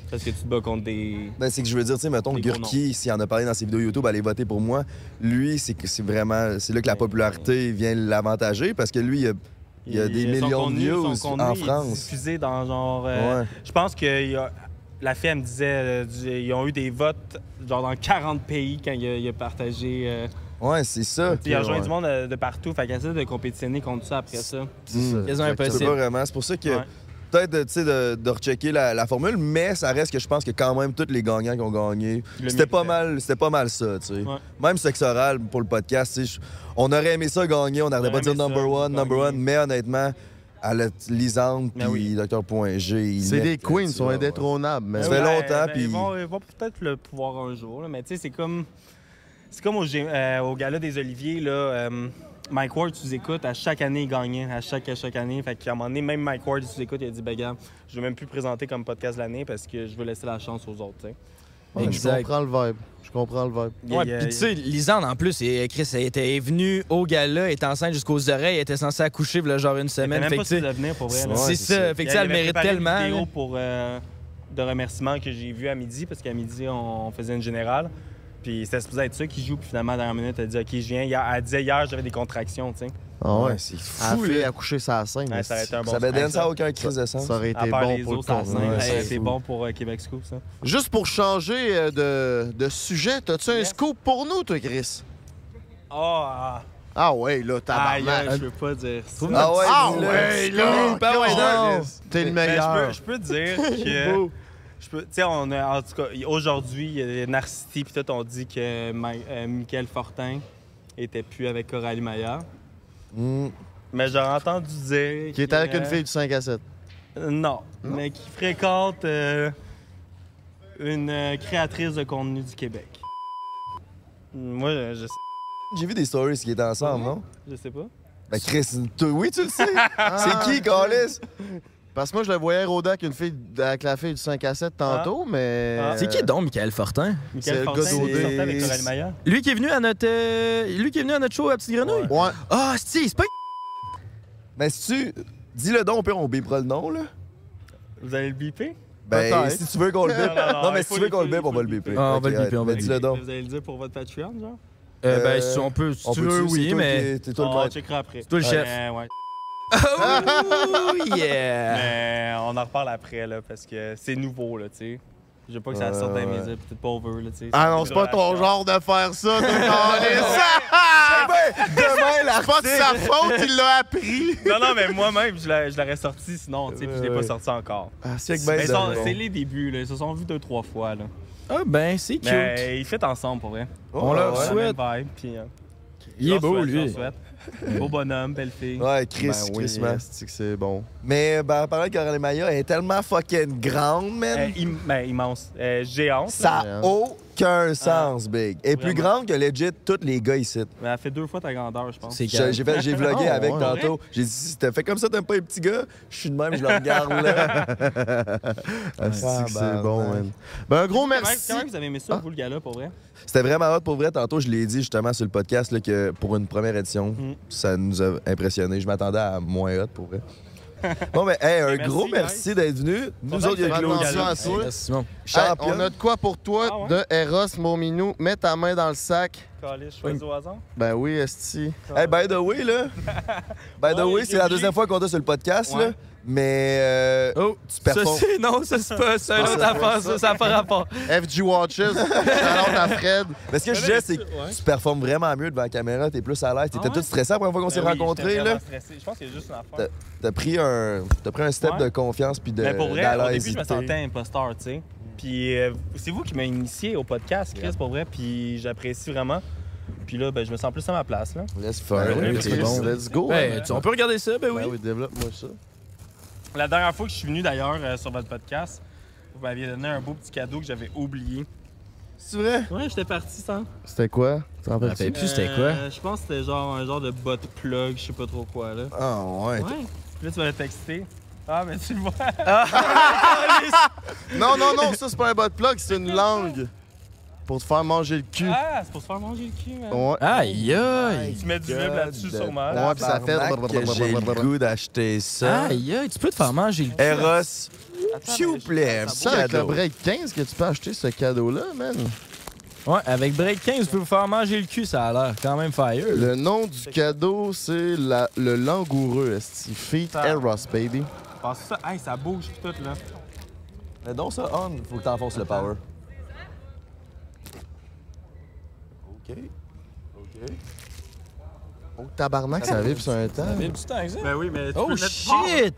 parce que tu te bats contre des. Ben, c'est que je veux dire, tu sais, mettons, Des Gurki, s'il en a parlé dans ses vidéos YouTube, allez voter pour moi. Lui, c'est que c'est vraiment. C'est là que la popularité vient l'avantager parce que lui, il y a, il y a des Son millions contenu- de views son contenu en est France. diffusé dans genre. euh, Ouais. Je pense que il y a- la fille, elle me disait, euh, du- ils ont eu des votes genre dans 40 pays quand il a, il a partagé. euh, Ouais, c'est ça. il a rejoint Ouais. du monde euh, de, partout. Fait qu'elle essaie de compétitionner contre ça après ça. Mm. Tu peux pas vraiment. C'est pour ça que Ouais. peut-être de, tu sais, de, de rechecker la, la formule, mais ça reste que je pense que quand même tous les gagnants qui ont gagné, Le c'était pas mal, c'était pas mal ça, tu sais. Même sexe oral pour le podcast, tu sais, je- on aurait aimé ça gagner, on n'aurait pas aurait dit aimé ça, number one, number one, mais honnêtement, à la Lisande puis Dr. Point G, C'est des queens, ils sont indétrônables. mais- Ça fait Ouais, longtemps, ben, puis- Ils vont, ils vont peut-être le pouvoir un jour, là, mais tu sais, c'est comme. C'est comme au, G- euh, au gala des Oliviers, là. euh, Mike Ward, tu nous écoutes, à chaque année, il gagnait, à chaque, à chaque année. Fait qu'à un moment donné, même Mike Ward, il nous écoute, il a dit, ben, gars, je vais même plus présenter comme podcast de l'année parce que je veux laisser la chance aux autres, tu sais. Ouais, je comprends le vibe. Je comprends le vibe. Ouais, puis tu sais, Lisande, en plus, et euh, Chris elle était est venue au gala, elle était enceinte jusqu'aux oreilles, elle était censée accoucher, voilà, genre une semaine. même Fait pas que, tu sais, si elle venait, pour vrai. là. C'est ça. Fait que, tu Il sais, elle avait mérite préparé une tellement. vidéo là. pour euh, de remerciements que j'ai vu à midi, parce qu'à midi, on faisait une générale. Puis c'était supposé être ça qui joue, puis finalement, à la dernière minute, elle dit Ok, je viens. Hier- Elle disait hier, j'avais des contractions, tu sais. Ah ouais, c'est fou. Elle a couché sa scène. Ouais, ça aurait été un bon avait spectacle, donné ça. Ça aurait À été part bon les pour le autres, ça, tournoi. ça aurait Ouais, été c'est bon pour euh, Québec Scoop, ça. Juste pour changer euh, de, de sujet, t'as-tu un scoop pour nous, toi, Chris? Ah! Ah ouais, là, Aïe, tabarnak. je veux pas dire ça. Ah ouais, Ah dis-le. ouais, ouais, là, Ah ouais, non. T'es le meilleur. Ben, je, (laughs) peux, je peux dire que. je peux- Tu sais, on a. En tout cas, aujourd'hui, il y a les Narcity, puis tout, on dit que Ma- euh, Michael Fortin était plus avec Coralie Maillard. Mais j'ai entendu dire. Hmm. Qui est qu'il, avec euh, une fille du 5 à 7. Non, mais qui fréquente euh, une euh, créatrice de contenu du Québec. Moi, je, je sais- J'ai vu des stories qui étaient Mhm. ensemble, non? je sais pas. Ben Chris, toi, oui, tu (laughs) le sais. Ah. c'est (laughs) qui, Calis? Parce que moi, je le voyais rôder avec, une fille, avec la fille du 5 à 7 tantôt, mais. Euh, Ah. Euh, C'est qui donc, Michael Fortin? C'est le gars d'OD. Lui qui est venu à notre, euh, lui qui est venu à notre show à Petite Grenouille? Ouais. Ah, si, c'est pas Ben, si tu. Dis-le donc, au pire, on bipera le nom, là. Vous allez le biper? Ben, Peut-être. si tu (laughs) veux qu'on le bip. Non, non, non, Non, mais il si faut tu veux le- qu'on le il faut bip, on va le le biper. Ah, on va le Ok, biper, on va ben, le Dis-le donc. Vous allez le dire pour votre Patreon, genre? Euh, ben, si on peut, si on tu peut-tu, veux, c'est oui, toi mais- Oh, qui- T'es toi le on maître. checkera après. toi le chef. Mais, (laughs) ouais. Oh, yeah! Mais on en reparle après, là, parce que c'est nouveau, là, tu sais. Je veux pas que ça sorte dans les médias, puis peut-être pas over, là, tu sais. Ah non, c'est (laughs) pas ton genre de faire ça, (laughs) toi, Calis. (laughs) Demain, C'est pas de sa faute, il l'a (laughs) appris. Non, non, mais moi-même, je l'a- je l'aurais sorti sinon, tu sais, puis je l'ai pas ouais. sorti encore. Ah, c'est que ben Mais ils sont- dommage. C'est les débuts, là. Ils se sont vus deux, trois fois, là. Ah, ben, c'est cute. Mais ils fêtent ensemble, pour vrai. Oh, On leur Ouais, souhaite. la même vibe, puis, euh, Il je est leur beau, souhaite, je leur lui. souhaite. Beau bonhomme, belle fille. Ouais, Chris, Ben oui, Chris, man. c'est que c'est bon. Mais, ben, en parlant de Coralie Maya, elle est tellement fucking grande, man. Euh, im- ben, immense. Euh, géante. Ça là. haut aucun sens, Big. Et plus grande que legit tous les gars ici. Mais elle fait deux fois ta grandeur, je pense. J'ai j'ai (laughs) fait- j'ai vlogué Ah, avec ouais. tantôt. J'ai dit, si t'as fait comme ça, t'aimes pas les petits gars, je suis de même, je le regarde là. Ah, c'est-tu que c'est bon, man. Ben, un gros Comment- merci. Comment vous avez aimé ça, Ah. vous, le gala, pour vrai? C'était vraiment hot pour vrai. Tantôt, je l'ai dit justement sur le podcast là, que pour une première édition, Mm. ça nous a impressionné. Je m'attendais à moins hot pour vrai. Bon, mais hey, un merci, gros guys. merci d'être venu. Nous autres, il y a Claude. attention à toi. Hey, Champion. on a de quoi pour toi de Eros, mon minou. Mets ta main dans le sac. Calais, je choisis au hasard. Ben oui, Esti. Hey, by the way, là. By the way, c'est la deuxième fois qu'on est sur le podcast, là. Ouais. Oh, Mais. euh, tu performes. Ah, Ça, c'est- non, ça, c'est pas- c'est une autre affaire, ça, ça a pas rapport. FG (laughs) Watches, salon à Fred. Mais ce que je disais, c'est que tu performes vraiment mieux devant la caméra, t'es plus à l'aise. Ah T'étais tout stressé la première fois qu'on s'est Ben oui, rencontrés, j'étais là. vraiment stressé. Je pense qu'il y a juste une affaire. T'as- T'as pris un, t'as pris un step Ouais. de confiance puis de Ben, Mais pour vrai, au début, je me d'alésité. sentais imposteur, tu sais. Puis euh, c'est vous qui m'avez initié au podcast, Chris, pour vrai. Puis j'apprécie vraiment. Puis là, ben, je me sens plus à ma place, là. Let's faire, Ben oui, c'est bon. Let's go, Ben, hein. tu- on peut regarder ça, ben oui. Ben oui, développe-moi ça. La dernière fois que je suis venu, d'ailleurs, euh, sur votre podcast, vous m'aviez donné un beau petit cadeau que j'avais oublié. C'est vrai? Ouais, j'étais parti sans. C'était quoi? Tu t'en rappelles-tu? Euh, Je pense que c'était genre un genre de bot plug, je sais pas trop quoi, là. Ah, ouais. Ouais. Puis là, tu m'as texté. Ah, mais tu le vois. non, non, non, ça, c'est pas un bot plug, c'est une langue. Pour te faire manger le cul. Ah, c'est pour se faire manger le cul, man. Ouais. Aïe, aïe. Tu mets du lube là-dessus, sûrement. Ouais, puis ça fait que j'ai le goût d'acheter ça. Aïe, tu peux te faire manger le Eros, s'il vous plaît, C'est ça avec le cadeau. break 15 que tu peux acheter ce cadeau-là, man. Ouais, avec Break 15, vous pouvez vous faire manger le cul, ça a l'air quand même fire. Le nom du cadeau, c'est la- le langoureux, esti. Feet Eros, baby. Passe ça. Hey, ça bouge pis tout, là. Mais donc ça on, faut que t'enfonces le power. OK. OK. Oh, tabarnak, ça vibre sur un temps. Ça vibre du temps, exact. Ben oui, mais tu Oh peux le mettre shit!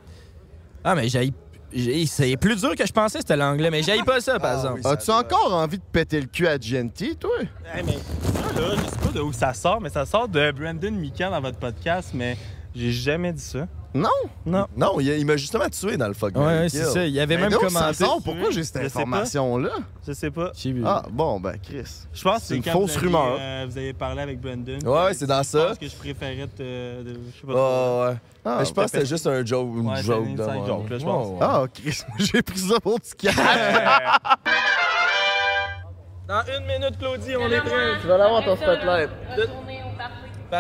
Ah, mais j'ai. j'ai- C'est plus dur que je pensais, c'était l'anglais, mais j'ai pas Ah, ça, par exemple. As-tu encore envie de péter le cul à Genty, toi? Hey, mais ça, là, je sais pas de où ça sort, mais ça sort de Brandon Mikan dans votre podcast, mais j'ai jamais dit ça. Non! Non. Non, il, il m'a justement tué dans le fuck. Ouais, Mary ouais, c'est Kill. ça, il avait Mais même d'où ça commenté. sort? Pourquoi j'ai cette Je sais pas. information-là? Je sais pas. Ah, bon, ben, Chris. Je (laughs) pense que c'est une quand fausse vous avez, rumeur. euh, vous avez parlé avec Brandon. Ouais, ouais, c'est dans Je ça. pense que je préférais te. euh, de- je sais pas. Ah, ouais. Ah, Mais je pense que c'était peut-être. juste un joke, une Ouais, c'était joke. une de inside même. joke, là, je pense. Ouais, ouais. Ah, Chris, (laughs) j'ai pris ça pour du cash. Ah, Dans une minute, Claudie, on Non, est non, prêts. Tu vas l'avoir, ton spotlight.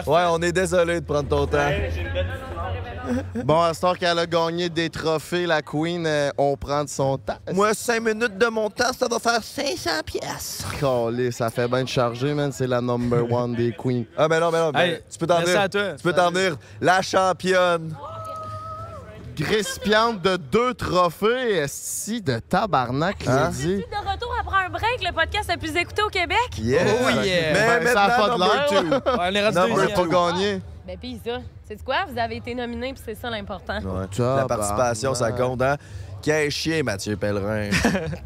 Ouais, on est désolé de prendre ton temps. (laughs) Bon, à ce temps qu'elle a gagné des trophées, la Queen, euh, on prend de son temps. Moi, 5 minutes de mon temps, ça va faire 500 pièces. Calé, ça fait bien de charger, man. C'est la number one des Queens. Ah, mais non, mais non, mais Hey, tu peux t'en merci venir. à toi. Tu peux t'en venir. La championne. Récipiente de deux trophées, esti de tabarnak, Hein? Claudie. De retour après un break, le podcast le plus écouté au Québec. Yeah. Oh, yeah. Mais Ben, ça a maintenant, pas de number l'air, two. là. (laughs) Ouais, on est rendu Number deuxième. two. pas gagné. Ben pis ça, c'est quoi? Vous avez été nominé puis c'est ça l'important. Ouais. La participation, ça (laughs) compte, hein? Quel chien, Mathieu Pellerin.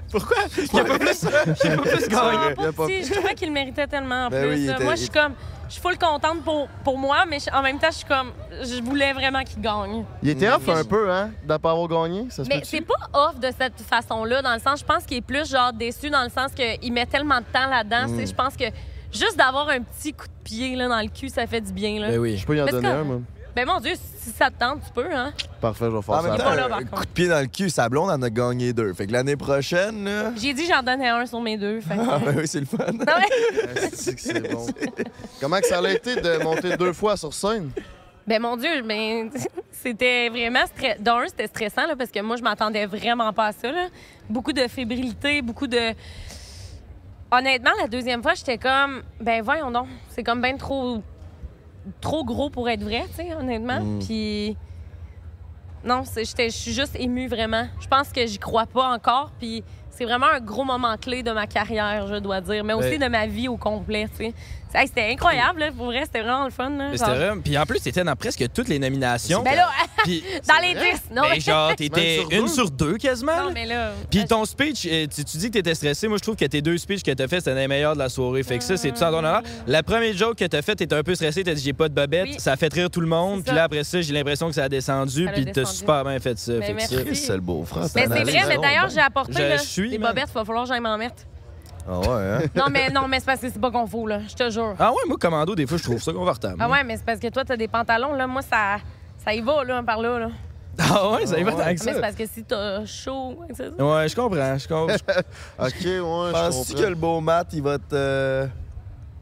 Pourquoi? Il a pas plus, il a pas plus gagné. Si, je trouvais qu'il le méritait tellement en Ben plus. oui, il là. était- moi, je suis comme, je suis full contente pour, pour moi, mais je- en même temps, je suis comme, je voulais vraiment qu'il gagne. Il était off un peu, hein, de pas avoir gagné. Ça se Mais peut-tu? c'est pas off de cette façon-là, dans le sens, je pense qu'il est plus genre déçu, dans le sens qu'il met tellement de temps là-dedans. Mm. tu sais, Je pense que juste d'avoir un petit coup de pied là, dans le cul, ça fait du bien. Là. Ben Je peux y en Mais c'est donner comme- un, moi. Ben mon Dieu, si ça te tente, tu peux, hein? Parfait, je vais faire En même ça. temps, après. un coup de pied dans le cul, sa blonde en a gagné deux. Fait que l'année prochaine, (laughs) là... J'ai dit j'en donnais un sur mes deux. fait que- Ah, ben oui, c'est le fun. (laughs) Esti que c'est bon. Comment que ça a été de monter deux fois sur scène? Ben mon Dieu, ben, (laughs) c'était vraiment stre- d'un, c'était stressant là, parce que moi je m'attendais vraiment pas à ça. là. Beaucoup de fébrilité, beaucoup de. Honnêtement, la deuxième fois, j'étais comme ben voyons donc, c'est comme ben trop trop gros pour être vrai, tu sais, honnêtement. Mm. Puis non, c'est- j'étais- je suis juste émue vraiment. Je pense que j'y crois pas encore, puis c'est vraiment un gros moment clé de ma carrière, je dois dire, mais aussi Ben- de ma vie au complet, tu sais. Hey, c'était incroyable, là, pour vrai, c'était vraiment le fun. là. Mais Genre- c'était vraiment- Puis en plus, t'étais dans presque toutes les nominations. Ben là, (laughs) Puis- (laughs) dans les 10, non? Ben, (laughs) genre, t'étais Même une deux. sur deux quasiment. Non, là. mais là. Puis ton speech, euh, tu, tu dis que t'étais stressé. Moi, je trouve que tes deux speeches que t'as fait, c'était les meilleurs de la soirée. Fait que ça, c'est tout en ton honneur. La première joke que t'as fait, t'étais un peu stressé. T'as dit j'ai pas de babette. Oui. Ça a fait rire tout le monde. C'est Puis ça. là, après ça, j'ai l'impression que ça a descendu. Ça l'a Puis t'as descendu. super bien fait ça. Ben, fait que ça- merci. C'est le beau frère. Mais c'est vrai, mais d'ailleurs, j'ai apporté Ben, Je là, suis, des man. bobettes, il va falloir que j'aille m'en mettre. Ah ouais, hein? Non, mais, non, mais c'est parce que c'est pas qu'on fout, là. Je te jure. Ah ouais, moi, commando, des fois, je trouve ça confortable. Ah ouais, mais c'est parce que toi, t'as des pantalons, là. Moi, ça, ça y va, là, par là, là. Ah ouais, ça y va tant que ça. Mais c'est parce que si t'as chaud, ouais, c'est ça. Ouais, je comprends, je comprends. (laughs) OK, ouais, Penses-tu que le beau Matt, il va te. euh,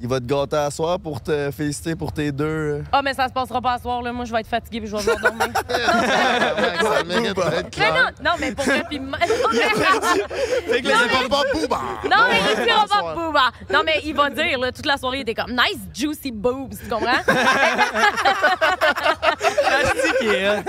il va te gâter à soir pour te féliciter pour tes deux. (laughs) euh, Ah, mais ça se passera pas à soir, là. Moi, je vais être fatiguée puis je vais vouloir dormir. mais non, non, mais pour vrai, puis... (laughs) Non, mais- Fait que les épaules pas bah, Booba. Non, mais il dira Bonsoir. (laughs) pas booba. Non, mais il va dire, là, toute la soirée, il était comme nice juicy boobs, tu (laughs) comprends? hein.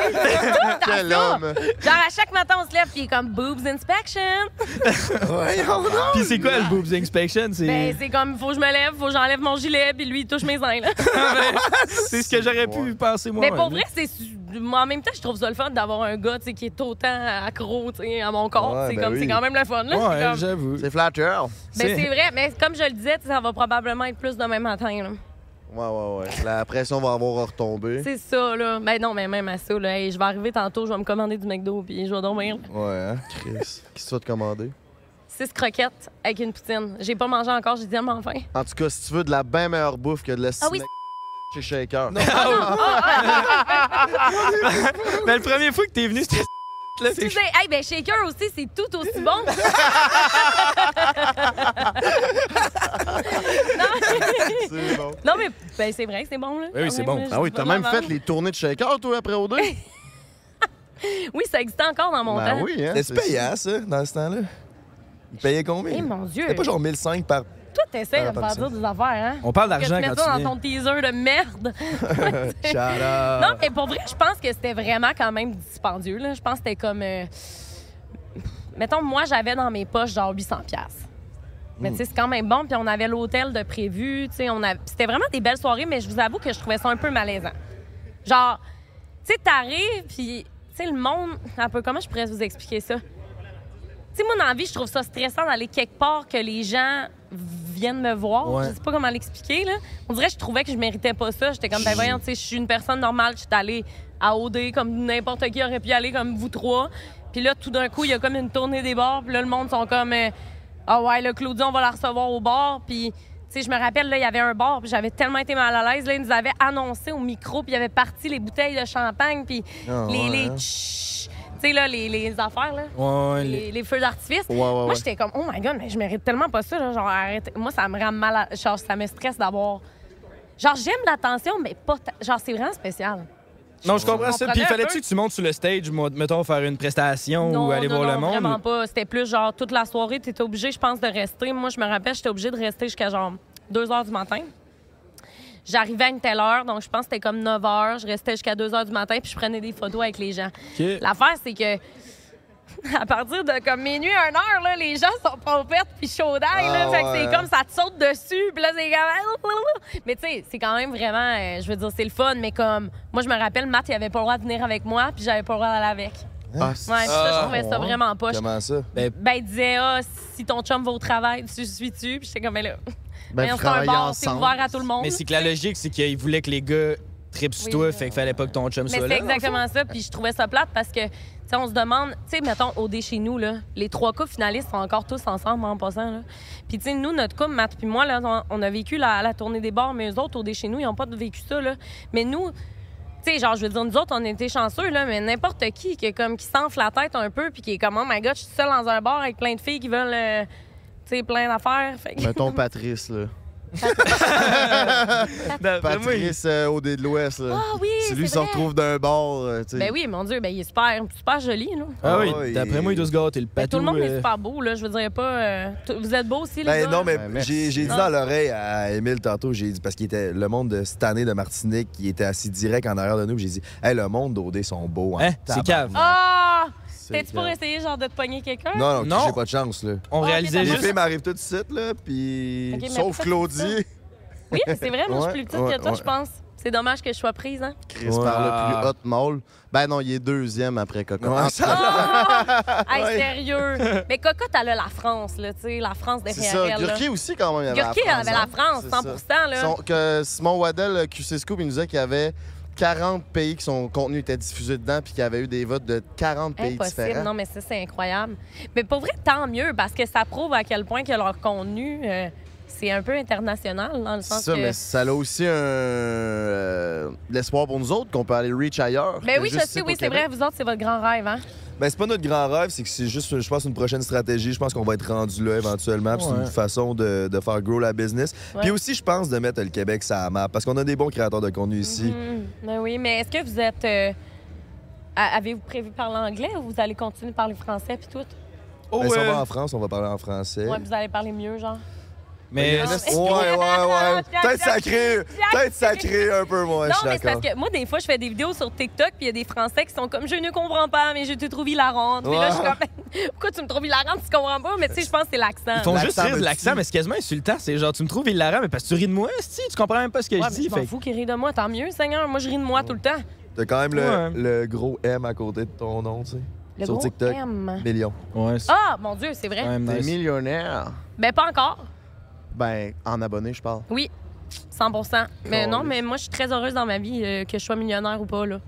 (laughs) Quel homme! Genre, à chaque matin, on se lève, puis il est comme boobs inspection. (laughs) Puis c'est quoi le boobs inspection? C'est Ben, c'est comme, faut que je me lève, faut que j'enlève mon gilet, puis lui, il touche mes (laughs) seins, là. c'est ce que j'aurais pu penser Ah, moi. mais pour vrai, c'est. su- moi, En même temps, je trouve ça le fun d'avoir un gars, tu sais, qui est autant accro, tu sais, à mon corps. Ouais, c'est ben comme, oui. c'est quand même le fun, là. Je suis comme- j'avoue. C'est flatter. Ben, c'est vrai, mais comme je le disais, ça va probablement être plus demain matin. là. Ouais, ouais, ouais. La pression va avoir retombé. C'est ça, là. Ben non, mais même à ça, là. Hey, je vais arriver tantôt, je vais me commander du McDo, puis je vais dormir. Ouais, hein? Chris. (laughs) Qu'est-ce que tu vas te commander? Six croquettes avec une poutine. J'ai pas mangé encore, j'ai dit à mon faim. En tout cas, si tu veux de la bien meilleure bouffe que de la Ah oui, snack chez Shaker. (laughs) Ben, Mais le premier fois que t'es venu, c'était. Là, fait que Excusez, hey, ben Shaker aussi, c'est tout aussi bon. non, C'est bon. non, mais ben, c'est vrai que c'est bon, là. Oui, c'est Quand bon. là, Ah oui, je t'as vais même m'en fait vendre. les tournées de Shaker, toi, après (laughs) O2? Oui, ça existait encore dans Ben mon temps. hein, C'était payant, ça, dans ce temps-là? Il payait combien? Eh, mon Dieu. C'était pas genre 1005 par. hein? Toi, t'essayes de me Par faire rapport à dire des affaires, hein? On parle Faut que d'argent tu mettes quand ça tu dans ton teaser de merde. Shout Non, mais pour vrai, je pense que c'était vraiment quand même dispendieux. Là. Je pense que c'était comme... euh, Mettons, moi, j'avais dans mes poches genre 800 pièces. Mais Mm. tu sais, c'est quand même bon. Puis on avait l'hôtel de prévu. Tu sais, on avait... C'était vraiment des belles soirées, mais je vous avoue que je trouvais ça un peu malaisant. Genre, tu sais, t'arrives, puis... Tu sais, le monde... Un peu, comment je pourrais vous expliquer ça? Tu sais, moi, dans la vie, je trouve ça stressant d'aller quelque part que les gens viennent me voir. Ouais. Je sais pas comment l'expliquer, là. On dirait que je trouvais que je méritais pas ça. J'étais comme, ben voyons, tu sais, je suis une personne normale. Je suis allée à OD comme n'importe qui aurait pu aller, comme vous trois. Puis là, tout d'un coup, il y a comme une tournée des bars. Puis là, le monde sont comme, euh, ah ouais, le Claudia, on va la recevoir au bar. Puis, tu sais, je me rappelle, là, il y avait un bar. Puis j'avais tellement été mal à l'aise. Là, ils nous avaient annoncé au micro. Puis il y avait parti les bouteilles de champagne. Puis Ah les, ouais, les hein? tch- tu sais, là, les, les affaires, là. Ouais, ouais, les, les- les feux d'artifice. Ouais, ouais, Moi, ouais. j'étais comme, oh my god, mais je mérite tellement pas ça. là. Genre, arrête. Moi, ça me rend mal à... Genre, ça me stresse d'avoir. Genre, j'aime l'attention, mais pas. ta- Genre, c'est vraiment spécial. (laughs) Non, je comprends ça. comprenais Puis un fallait-tu peu. que tu montes sur le stage, moi, mettons, faire une prestation Non, ou aller non, voir non, le monde? Vraiment pas. C'était plus genre toute la soirée, tu étais obligé, je pense, de rester. Moi, je me rappelle, j'étais obligé de rester jusqu'à genre 2 h du matin. J'arrivais à une telle heure, donc je pense que c'était comme 9 h. Je restais jusqu'à 2 h du matin, puis je prenais des photos avec les gens. OK. L'affaire, c'est que (laughs) à partir de comme minuit, 1 heure, là, les gens sont pompettes puis chaudailles. là. Ah fait que ouais. c'est comme ça te saute dessus, puis là, c'est comme... (laughs) Mais tu sais, c'est quand même vraiment... euh, je veux dire, c'est le fun, mais comme... Moi, je me rappelle, Matt, il avait pas le droit de venir avec moi, puis j'avais pas le droit d'aller avec. Ah, Ouais, puis ça, je trouvais ça ouais. vraiment poche. Comment ça? Ben, il disait, ah, si ton chum va au travail, tu suis-tu? Puis j'étais comme, ben là. Ben, voyons, vous c'est un travaillez bar, c'est ensemble. ouvert à tout le monde. Mais c'est que la logique, c'est qu'il voulait que les gars tripent sur Oui. toi, fait qu'il fallait pas que ton chum Mais soit c'est là. exactement ça. Puis je trouvais ça plate parce que, tu sais, on se demande, tu sais, mettons, au dé chez nous, là, les trois couples finalistes sont encore tous ensemble en passant. Là. Puis, tu sais, nous, notre couple, Matt puis moi, là, on, on a vécu la, la tournée des bars, mais eux autres, au dé chez nous, ils n'ont pas vécu ça. Là. Mais nous, tu sais, genre, je veux dire, nous autres, on était chanceux, là, mais n'importe qui qui, est comme, qui s'enfle la tête un peu puis qui est comme, oh my god, je suis seule dans un bar avec plein de filles qui veulent, euh, tu sais, plein d'affaires. Fait que- Mettons Patrice, (laughs) là. Patrice euh, au dé de l'Ouest, là. Ah oui, Si lui c'est se vrai. retrouve d'un bar, euh, tu sais. Ben oui, mon Dieu, ben il est super, super joli, là. Ah oui, d'après moi, il doit se gâter le Ben, patou. tout le monde euh, est super beau, là. Je veux dire, pas. euh, tout- Vous êtes beaux aussi, les Ben gars? non, mais là? j'ai j'ai dit dans Ah. l'oreille à Émile tantôt, j'ai dit, parce qu'il était le monde de cette année de Martinique, il était assis direct en arrière de nous, puis j'ai dit, hey, le monde d'OD sont beaux. Hein? c'est cave. Ah! C'est T'es-tu pour clair. essayer, genre, de te pogner quelqu'un? Non, non, j'ai pas de chance, là. On réalisait Les juste- filles m'arrivent tout de suite, là, puis. Ah, Ok, mais Sauf pourquoi Claudie. Oui, c'est vrai, moi, je suis Ouais, plus petite ouais, que toi, ouais. je pense. C'est dommage que je sois prise, hein? Chris par le plus hot mâle. Ben non, il est deuxième après Coco. En tout cas, Ah! hey, Ouais. sérieux! Mais Cocotte, elle a la France, là, tu sais, la France C'est derrière ça. elle. là. Gurki aussi, quand même, il avait Gurki la France. avait la hein. France, C'est 100 ça. là. euh, Son- que Simon Waddell, QC Scoop, il nous disait qu'il y avait 40 pays que son contenu était diffusé dedans puis qu'il y avait eu des votes de 40 pays Impossible. différents. Non, mais ça, c'est incroyable. Mais pour vrai, tant mieux, parce que ça prouve à quel point que leur contenu, euh, c'est un peu international, dans le C'est sens ça, que... Ben mais ça a aussi un euh, l'espoir pour nous autres qu'on peut aller reach ailleurs. Ben oui, que juste je sais, ici oui, au c'est Québec. vrai, vous autres, c'est votre grand rêve, hein? Ben, c'est pas notre grand rêve, c'est que c'est juste, je pense, une prochaine stratégie. Je pense qu'on va être rendu là éventuellement. puis C'est Ouais. une façon de, de faire grow la business. Ouais. Puis aussi, je pense, de mettre le Québec sur la map. Parce qu'on a des bons créateurs de contenu ici. Hmm, ben oui, mais est-ce que vous êtes... euh, a- Avez-vous prévu parler anglais ou vous allez continuer de parler français puis tout? Oh, Ben, Si on euh. va en France, on va parler en français. Ouais, vous allez parler mieux, genre. Mais. Non, mais- Ouais, ouais, (laughs) ouais. Peut-être sacré. Peut-être sacré un peu, moi. non, je mais suis c'est parce d'accord. que moi, des fois, je fais des vidéos sur TikTok, puis il y a des Français qui sont comme Je ne comprends pas, mais je te trouve hilarante. Mais là, je suis comme (laughs) Pourquoi tu me trouves hilarante si tu comprends pas? Mais tu sais, je pense que c'est l'accent. Ils font juste rire de l'accent, mais c'est quasiment insultant. C'est genre, tu me trouves hilarant, mais parce que tu ris de moi, si tu comprends même pas ce que Ouais, je mais dis. je m'en fait que- fous qu'ils rient de moi, tant mieux, Seigneur. Moi, je ris de moi tout le temps. T'as quand même le, Ouais. le gros M à côté de ton nom, tu sais. Le sur gros TikTok. M. Million. Ouais, Ah, mon Dieu, c'est vrai. T'es millionnaire. Ben, pas encore. Ben, en abonné, je parle. Oui, 100 Mais Oh, non, oui. mais moi, je suis très heureuse dans ma vie, euh, que je sois millionnaire ou pas, là.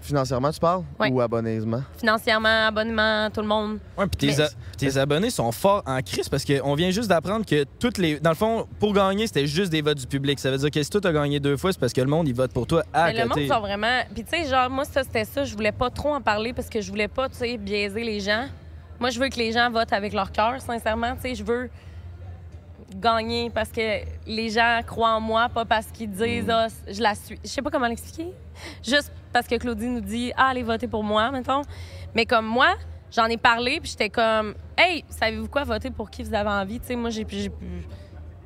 Financièrement, tu parles? Ouais. Ou abonnement? Financièrement, abonnement, tout le monde. Ouais, puis tes, a- puis tes abonnés sont forts en crise parce qu'on vient juste d'apprendre que toutes les. Dans le fond, pour gagner, c'était juste des votes du public. Ça veut dire que si toi, t'as gagné deux fois, c'est parce que le monde, il vote pour toi à Ah, mais le monde côté. sont vraiment. Puis tu sais, genre, moi, ça, c'était ça. Je voulais pas trop en parler parce que je voulais pas, tu sais, biaiser les gens. Moi, je veux que les gens votent avec leur cœur, sincèrement. Tu sais, je veux gagner parce que les gens croient en moi, pas parce qu'ils Mm. disent, ah, je la suis. Je sais pas comment l'expliquer. Juste parce que Claudie nous dit, ah, allez voter pour moi, mettons. Mais comme moi, j'en ai parlé, puis j'étais comme, hey, savez-vous quoi, voter pour qui vous avez envie? Tu sais, moi, j'ai. j'ai-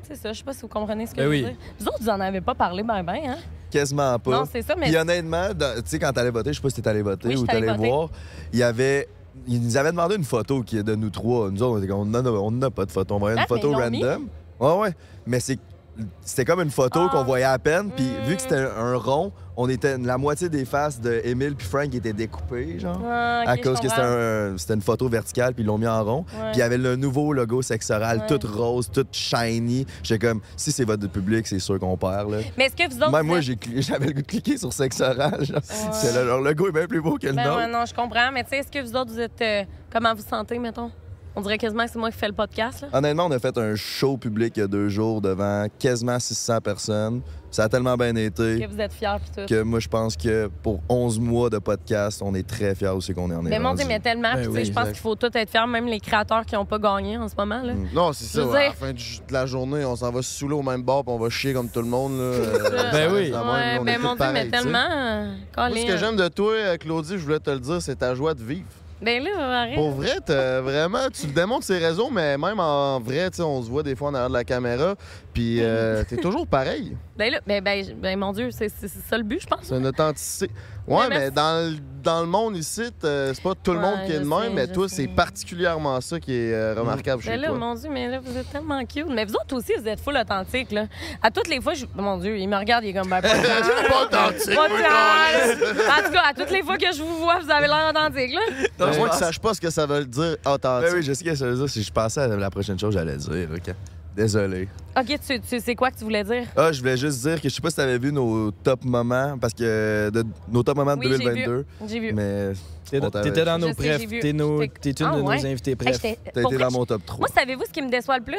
C'est ça, je sais pas si vous comprenez ce que Ben je veux oui. dire. Vous autres, vous en avez pas parlé, ben, ben, hein? Quasiment pas. Non, c'est ça, mais- Puis honnêtement, dans- tu sais, quand t'allais voter, je sais pas si t'es allé voter Oui, ou j'étais t'allais allée voter. voir, il y avait. Ils nous avaient demandé une photo qui est de nous trois. Nous autres, on était comme, on n'en a- on n'a pas de photo. On voyait une Ah, mais photo ils l'ont mis? Ah. random. Ouais, ouais. Mais c'est. C'était comme une photo qu'on voyait à peine, puis Mm. vu que c'était un, un rond, on était la moitié des faces de Émile puis Frank étaient découpées, genre, Ah, (laughs) ok, à je cause que c'était comprends. un- c'était une photo verticale puis ils l'ont mis en rond, Ouais. puis il y avait le nouveau logo sexoral, Ouais. tout rose, tout shiny. J'étais comme, si c'est votre public, c'est sûr qu'on perd là. Mais est-ce que vous autres. Ben, Même moi, vous êtes- j'ai cli- (laughs) j'avais le goût de cliquer sur sexe oral. genre. C'est le, leur logo est bien plus beau que le Ben nôtre. ouais, non, je comprends, mais tu sais, est-ce que vous autres, vous êtes. euh, comment vous sentez, mettons? On dirait quasiment que c'est moi qui fais le podcast, Ah, là. Honnêtement, on a fait un show public il y a deux jours devant quasiment 600 personnes. Ça a tellement bien Que été vous êtes fiers, pis tout. que moi, je pense que pour 11 mois de podcast, on est très fiers aussi qu'on est en est Mais mon Dieu, rendu. mais tellement, Ben puis tu oui, sais, je pense exact. qu'il faut tout être fier, même les créateurs qui n'ont pas gagné en ce moment, là. (laughs) Non, c'est ça. Je veux ouais, À dire- la fin du- de la journée, on s'en va se saouler au même bar puis on va chier comme tout le monde. Là. Ça. Euh, ça Ben reste la même, Ouais, on est ben tous mon Dieu, pareils, mais tu sais. tellement. euh, Moi, Colin, ce que euh, j'aime de toi, euh, Claudie, je voulais te le dire, c'est ta joie de vivre. Ben là, arrête. Pour vrai, t'as- vraiment, tu le démontres sur les réseaux, mais même en vrai, tu sais, on se voit des fois en arrière de la caméra, puis (laughs) euh, t'es toujours pareil. Ben là, ben, ben, ben, mon Dieu, c'est c'est- c'est ça le but, je pense. C'est une authenticité. Ouais, Mais mais, merci. dans, le- dans le monde ici, t'- euh, c'est pas tout le Ouais, monde qui est je de même, sais, mais je toi, sais. c'est particulièrement ça qui est euh, remarquable chez Ben là, toi. mon Dieu, mais là, vous êtes tellement cute. Mais vous autres aussi, vous êtes full authentique, là. À toutes les fois, je... mon Dieu, il me regarde, il est comme, (laughs) ben, pas tant. Pas authentique, Pas moi, tant. En tout cas, à toutes les fois que je vous vois, vous avez l'air authentique, là. À je moins pense- qu'ils sachent pas ce Ben que ça veut dire authentique. Ben oui, je sais ce que ça veut dire. Si je pensais à la prochaine chose, j'allais dire. OK. Désolé. OK, tu, tu sais quoi que tu voulais dire? Ah, je voulais juste dire que je sais pas si t'avais vu nos top moments, parce que de- nos top moments de Oui, j'ai vu. 2022. J'ai vu. Mais. T'es- on t'avait- T'étais dans Je nos sais, j'ai prefs. vu. T'es nos- t'es une Ah, de ouais. nos invités Hey, prefs. j'étais- pour vrai, je- Moi, savez-vous ce qui me déçoit le plus?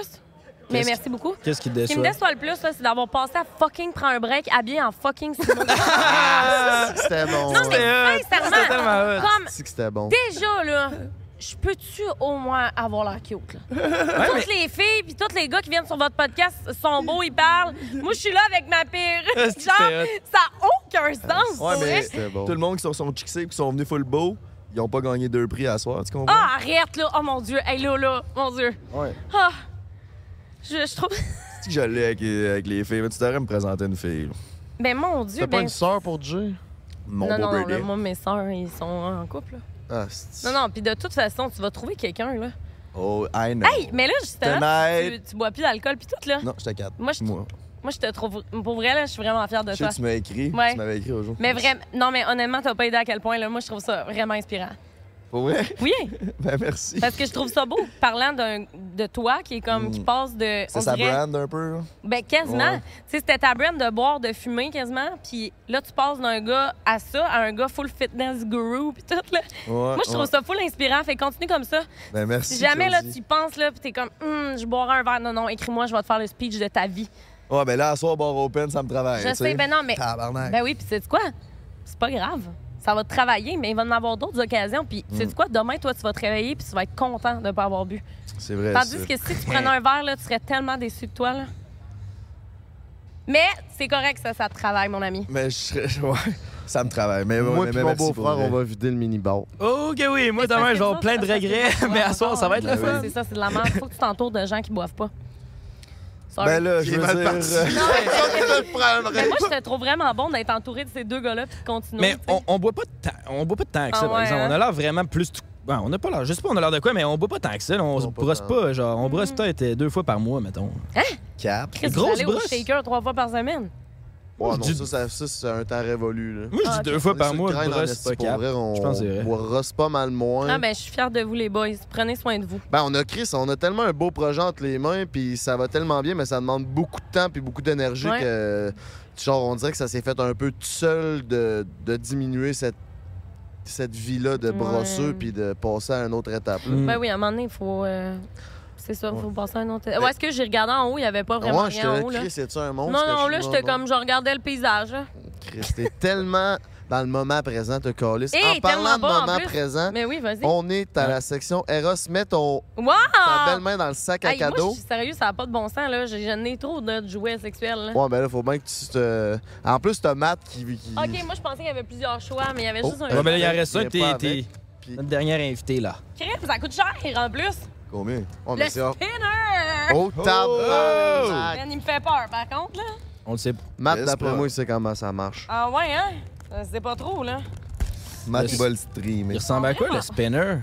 Mais Qu'est-ce qui- merci beaucoup. qu'est-ce qui te Ce qui me déçoit? déçoit le plus, là, c'est d'avoir passé à fucking prendre un break habillé en fucking Simon. (laughs) Ah, C'était bon. Non, mais ouais. C'était sincèrement, tellement hot. comme C'est que c'était bon. déjà, là, je peux-tu au moins avoir l'air cute, là? Ouais, toutes les filles puis tous les gars qui viennent sur votre podcast sont beaux, ils parlent. Moi, je suis là avec ma Ah, perruque. c'est Genre, hot. ça a aucun sens. Ouais, pour mais vrai. tout le monde qui sont, sont chixés et qui sont venus full beau, ils ont pas gagné deux prix à soir, tu comprends? Ah, arrête, là. Oh, mon Dieu. Hey, là, là. Mon Dieu. Ouais. Ah. Je, je trouve... (laughs) Tu que j'allais avec, avec les filles, mais tu devrais me présenter une fille. Ben, mon Dieu, ben... sœur pour Jay? Mon non, beau non, non, bébé. là, moi, mes sœurs, ils sont en couple, là. Ah, c'est- Non, non, puis de toute façon, tu vas trouver quelqu'un, là. Oh, I know. Hey, mais là, justement, tu, Tonight. tu bois plus d'alcool puis tout, là. Non, je te capte. Moi, je- Moi, je te trouve... Pour vrai, là, je suis vraiment fière de Je sais toi. que tu m'as écrit. Ouais. Tu m'avais écrit aujourd'hui. Mais vraiment... Non, mais honnêtement, t'as pas aidé à quel point, là. Moi, je trouve ça vraiment inspirant. Pour vrai? Oui, (laughs) Ben, merci. parce que je trouve ça beau, parlant d'un- de toi qui est comme, qui passe de. Mm. C'est on sa dirait- brand un peu, là? Ben, quasiment. Ouais. Tu sais, c'était ta brand de boire, de fumer, quasiment. Puis là, tu passes d'un gars à ça, à un gars full fitness guru, puis tout, là. Ouais, Moi, je trouve ouais. ça full inspirant. Fait continue comme ça. Ben, merci. si jamais, là, Claudie. tu y penses, là, puis t'es comme, Hum, je boirai un verre. Non, non, écris-moi, je vais te faire le speech de ta vie. Ouais, ben là, à soir, bar open, ça me travaille. je tu sais, ben non, mais. Tabarnak. Ben oui, puis c'est quoi? C'est pas grave. Ça va te travailler, mais il va en avoir d'autres occasions. Puis, Mm. sais quoi? Demain, toi, tu vas te réveiller, puis tu vas être content de ne pas avoir bu. C'est vrai. Tandis ça. que si tu prenais un verre, là, tu serais tellement déçu de toi. Là. Mais c'est correct, ça, ça te travaille, mon ami. Mais je serais- (laughs) ouais, ça me travaille. Mais, ouais, Moi mais, et mais mon merci pour beau-frère, vrai. on va vider le mini-bar. OK, oui. Moi, demain, je vais avoir plein de regrets, (laughs) mais à soir, ça va être Ben le fun. C'est ça, c'est de la merde. Faut que tu t'entoures de gens qui (laughs) boivent pas. Sorry. Ben là, je veux dire... ben, Mais Ben, moi, je te trouve vraiment bon d'être entouré de ces deux gars-là puis de continuer. Mais on, on boit pas de temps. On boit pas de temps que ça, Ah par ouais, exemple. hein? On a l'air vraiment plus. t- Ouais, on n'a pas l'air. Je sais pas, on a l'air de quoi, mais on boit pas tant que ça. là. On, se brosse pas, genre. On brosse peut-être euh, deux fois par mois, mettons. Hein? Cap. Mm-hmm. Chris, vous Grosse allez au brosse. shaker trois fois par semaine. Ouais, Moi, non, je dis- ça, ça, ça, c'est un temps révolu. Là. Moi, je dis Ah, deux ok. fois On est par sur le mois, je grind en brosse, esti, c'est pas pour cap. vrai, on, Je pense que c'est vrai. on brosse pas mal moins. Ah, ben, je suis fière de vous, les boys. Prenez soin de vous. Ben, on a Chris, on a tellement un beau projet entre les mains, puis ça va tellement bien, mais ça demande beaucoup de temps puis beaucoup d'énergie Ouais. que, genre, on dirait que ça s'est fait un peu tout seul de, de diminuer cette, cette vie-là de brosseux Ouais. puis de passer à une autre étape. là. Ben oui, à un moment donné, il faut. euh, C'est ça, il faut passer à un autre. Ouais, est-ce que j'ai regardé en haut, il n'y avait pas Ah vraiment Ouais, rien en haut, là? Chris, c'est-tu un Non, monstre? que non, je là, suis j'étais mort, comme, je regardais le paysage, hein. là. Chris, t'es tellement dans le moment présent, te calice. Hey, en parlant de tellement bon, en moment plus. présent, Mais oui, vas-y. on est à la section Eros. Mets ton, Wow! ta belle main dans le sac à Hey, Ah! Moi, cadeau. je suis sérieux, ça n'a pas de bon sens, là. J'ai- J'en ai trop de jouets sexuels, là. Ouais, ben là, faut bien que tu te. En plus, t'as Matt qui. qui... OK, moi, je pensais qu'il y avait plusieurs choix, mais il y avait juste un Ouais, choix. ben là, il en reste un Viens que pas t'es- avec, t'es. Notre dernière invitée, là. Crème, ça coûte cher, en plus. Combien? Oh, le spinner! Oh, tabarnak! Man, il me fait peur, par contre, là. On le sait pas. Matt, Laisse d'après pas. moi, il sait comment ça marche. Ah ouais, hein? Euh, C'est pas trop, là. Matt Le- Ball stream. Il ressemble à quoi, Ah. le spinner?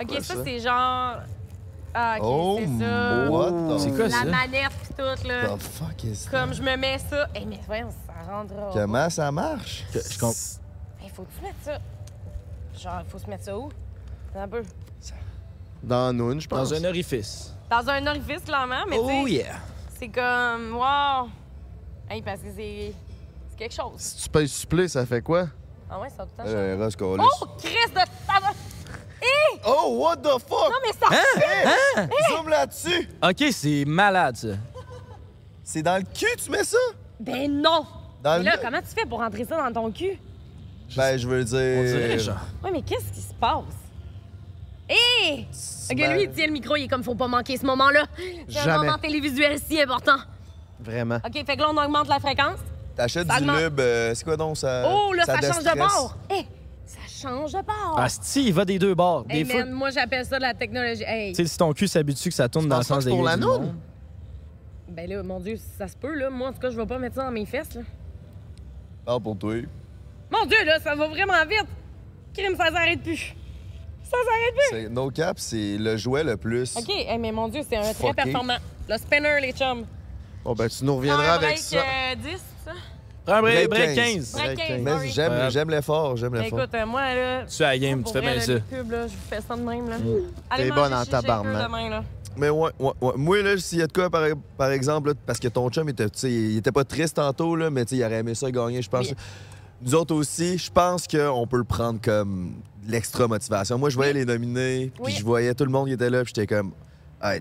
OK, ça, c'est genre... Ah, OK, Oh, c'est ça. what the- C'est quoi, La ça? manette pis tout, là. The fuck is that? Comme je me mets ça... Eh, mais voyons, ça rendra... Eh, Comment ça marche? Je comprends. Hey, faut-tu mettre ça... Genre, faut se mettre ça où? Attends Un peu. Dans Noon, je pense. Dans un orifice. Dans un orifice, clairement, mais tu Oh, sais, yeah. C'est comme... Wow! Hey, parce que c'est... C'est quelque chose. Tu payes supplé, ça fait quoi? Ah ouais, ça a tout le temps changé. Euh, Eros, calice. Oh, Chris de... Hé! Oh, what the fuck? Non, mais ça... Hein? Hein? Zoom là-dessus! OK, c'est malade, ça. C'est dans le cul, tu mets ça? Ben non! Dans Mais là, le- comment tu fais pour rentrer ça dans ton cul? Ben, je veux dire. dirait, genre. Ouais, mais qu'est-ce qui se passe? Hé! Ok, mal. lui, il tient le micro, il est comme, faut pas manquer ce moment-là. C'est un Jamais. moment télévisuel si important. Vraiment. Ah. Ok, fait que là, on augmente la fréquence. T'achètes Ça du augmente. lube, euh, c'est quoi donc ça? oh, là, ça, te change de stresse? bord! Hé! Eh, Ça change de bord! Asti, Ah, il va des deux bords. Hey, Des fois, man, moi, j'appelle ça de la technologie. Hey! tu sais, si ton cul s'habitue que ça tourne dans le penses pas sens des que c'est pour gars la du noune? monde. Ben là, mon Dieu, si ça se peut, là. Moi, en tout cas, je vais pas mettre ça dans mes fesses, là. Parle Ah, pour toi. Mon Dieu, là, ça va vraiment vite! Crime, ça s'arrête plus! Ça s'arrête plus! C'est- No cap, c'est le jouet le plus. OK, hey, mais mon Dieu, c'est un très Fucké. performant. Le spinner, les chums. Oh, ben, tu nous reviendras break avec ça. euh, 10, ça? Prends un break, Break break 15. 15. Break 15, Mais sorry. j'aime, Ouais. j'aime l'effort, j'aime Ben, l'effort. écoute, euh, moi, là... Tu es à la game, pour tu fais vrai, bien là, ça. les pubs, là, je vous fais ça de même, là. Allez T'es manger bonne en chez Shaker tabarnak. demain, là. Mais ouais, ouais, ouais. Moi, là, s'il y a de quoi, par, par exemple, là, parce que ton chum, était, tu sais, il était pas triste tantôt, là, mais tu sais, il aurait aimé ça gagner, je pense. Nous autres aussi, je pense qu'on peut le prendre comme de l'extra motivation. Moi, je voyais les nominés, puis Oui. je voyais tout le monde qui était là, puis j'étais comme, hey,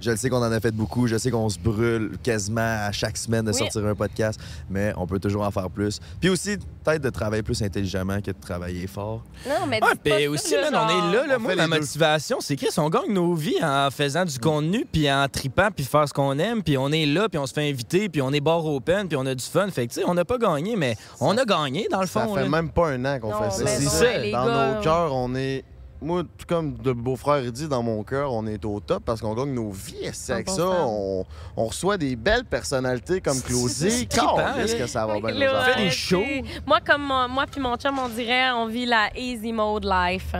je le sais qu'on en a fait beaucoup, je sais qu'on se brûle quasiment à chaque semaine de Oui. sortir un podcast, mais on peut toujours en faire plus. Puis aussi, peut-être de travailler plus intelligemment que de travailler fort. Non, Ouais, mais dis Ah, pas puis ça, Ben aussi, là, man, on genre. est là, là On moi, fait ma les deux. motivation, c'est Chris, on gagne nos vies en faisant du contenu, puis en tripant, puis faire ce qu'on aime, puis on est là, puis on se fait inviter, puis on est bar open, puis on a du fun. Fait que, tu sais, on n'a pas gagné, mais on a gagné, dans le Ça fond. fait là. même pas un an qu'on Non, fait mais ça. C'est bon, ça. les Dans gars, nos ouais. cœurs, on est. Moi, tout comme de beau-frère dit, dans mon cœur, on est au top parce qu'on gagne nos vies. C'est avec ça, 100%. on, on reçoit des belles personnalités comme Claudie. c'est trippant, Est-ce hein? que ça va bien nous Là, en euh, c'est- Moi, comme mon- moi puis mon chum, on dirait, on vit la easy mode life.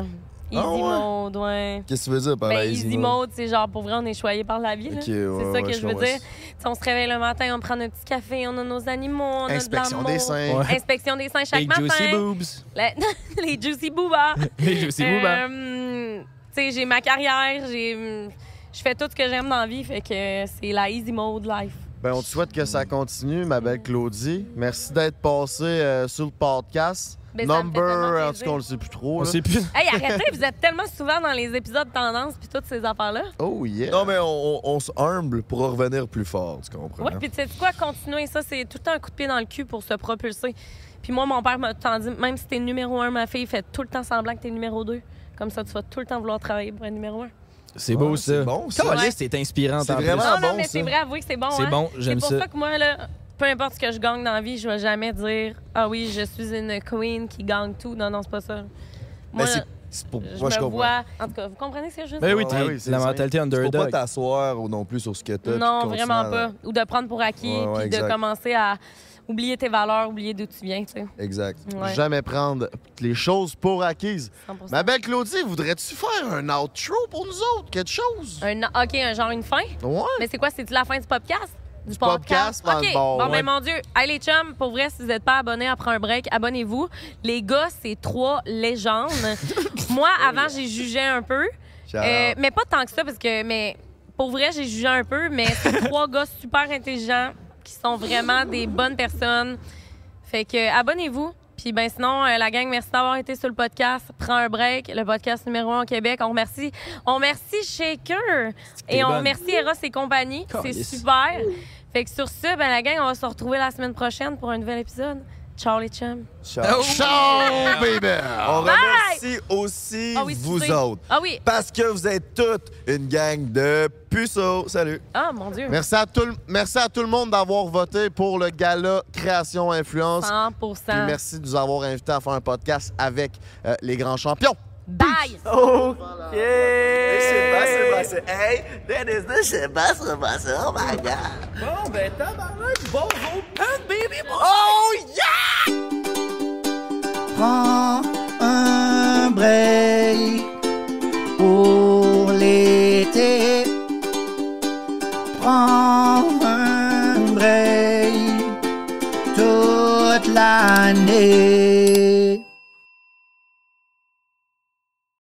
Easy Ah ouais? mode, ouais. Qu'est-ce que tu veux dire par Ben, là, easy, mode, c'est genre, pour vrai, on est choyé par la vie. là. Ok, c'est ouais, ça ouais, que je je veux comprends. dire. Tu sais, on se réveille le matin, on prend notre petit café, on a nos animaux, on Inspection a de des seins. l'amour. Ouais. Inspection des seins chaque Les matin. juicy boobs. La- (laughs) Les juicy boobas. Les juicy boobas. Euh, tu sais, j'ai ma carrière, j'ai... Je fais tout ce que j'aime dans la vie, fait que c'est la easy mode (laughs) life. Ben, on te souhaite que ça continue, ma belle Claudie. Merci d'être passée euh, sur le podcast. Ben, ça me fait Number, tellement en tout cas, on le sait plus trop. On là. sait plus. Hey, arrêtez, vous êtes tellement souvent dans les épisodes tendance puis toutes ces affaires-là. Oh yeah. Non, mais on, on- on se humble pour en revenir plus fort, tu comprends? Oui, puis tu sais quoi, continuer ça, c'est tout le temps un coup de pied dans le cul pour se propulser. Puis moi, mon père m'a tout le temps dit, même si t'es numéro un, ma fille, fais tout le temps semblant que t'es numéro deux. Comme ça, tu vas tout le temps vouloir travailler pour être numéro un. C'est beau, ça. C'est bon, ça. c'est inspirant. Oh, C'est vraiment non, non, mais c'est vrai, avouez que c'est bon. C'est hein. bon, j'aime C'est ça. pour ça que moi, là, peu importe ce que je gagne dans la vie, je vais jamais dire, ah oui, je suis une queen qui gagne tout. Non, non, c'est pas ça. Moi, c'est- c'est pour- je moi, je me comprends. vois. En tout cas, vous comprenez ce que je veux Ben dire? oui, t'es- c'est la mentalité Faut pas underdog. t'asseoir ou non plus sur ce que t'as. Non, puis continuer vraiment à- pas. Ou de prendre pour acquis, Ouais, ouais, puis de exact. commencer à oublier tes valeurs, oublier d'où tu viens, tu sais. Exact. Ouais. Jamais prendre les choses pour acquises. 100%. Ma belle Claudie, voudrais-tu faire un outro pour nous autres? Quelque chose? Un, OK, un genre une fin? Ouais. Mais c'est quoi? C'est-tu la fin du podcast? Du podcast, dans OK. le bord. Bon, Ouais. ben, mon Dieu. Allez, les chums, pour vrai, si vous n'êtes pas abonnés après un break, abonnez-vous. Les gars, c'est trois (laughs) légendes. Moi, avant, j'ai jugé un peu. Shout out. Euh, mais pas tant que ça, parce que, mais pour vrai, j'ai jugé un peu, mais (laughs) c'est trois gars super intelligents qui sont vraiment des bonnes personnes. Fait que, euh, abonnez-vous. Puis, ben sinon, euh, la gang, merci d'avoir été sur le podcast. Prends un break. Le podcast numéro un au Québec. On remercie, on remercie Shaker. que t'es Et on bonne. remercie Eros et compagnie. C'est Calisse. super. Fait que sur ce, ben la gang, on va se retrouver la semaine prochaine pour un nouvel épisode. Ciao les chums. Ciao. Ciao, baby! On Bye! remercie aussi Ah oui, vous excusez. autres. Ah oui. Parce que vous êtes toutes une gang de puceaux. Salut. Ah, mon Dieu. Merci à tout, le- merci à tout le monde d'avoir voté pour le gala Création Influence. 100 Puis merci de nous avoir invités à faire un podcast avec euh, les grands champions. Bye! Oh. OK! This is Bassa Bassa. Hey, that is this is Bassa Bassa. Oh my God. Bon, ben, tabarnak, bon, vos pants, baby, bon. Oh yeah! prends un break pour l'été. Prends un break toute l'année.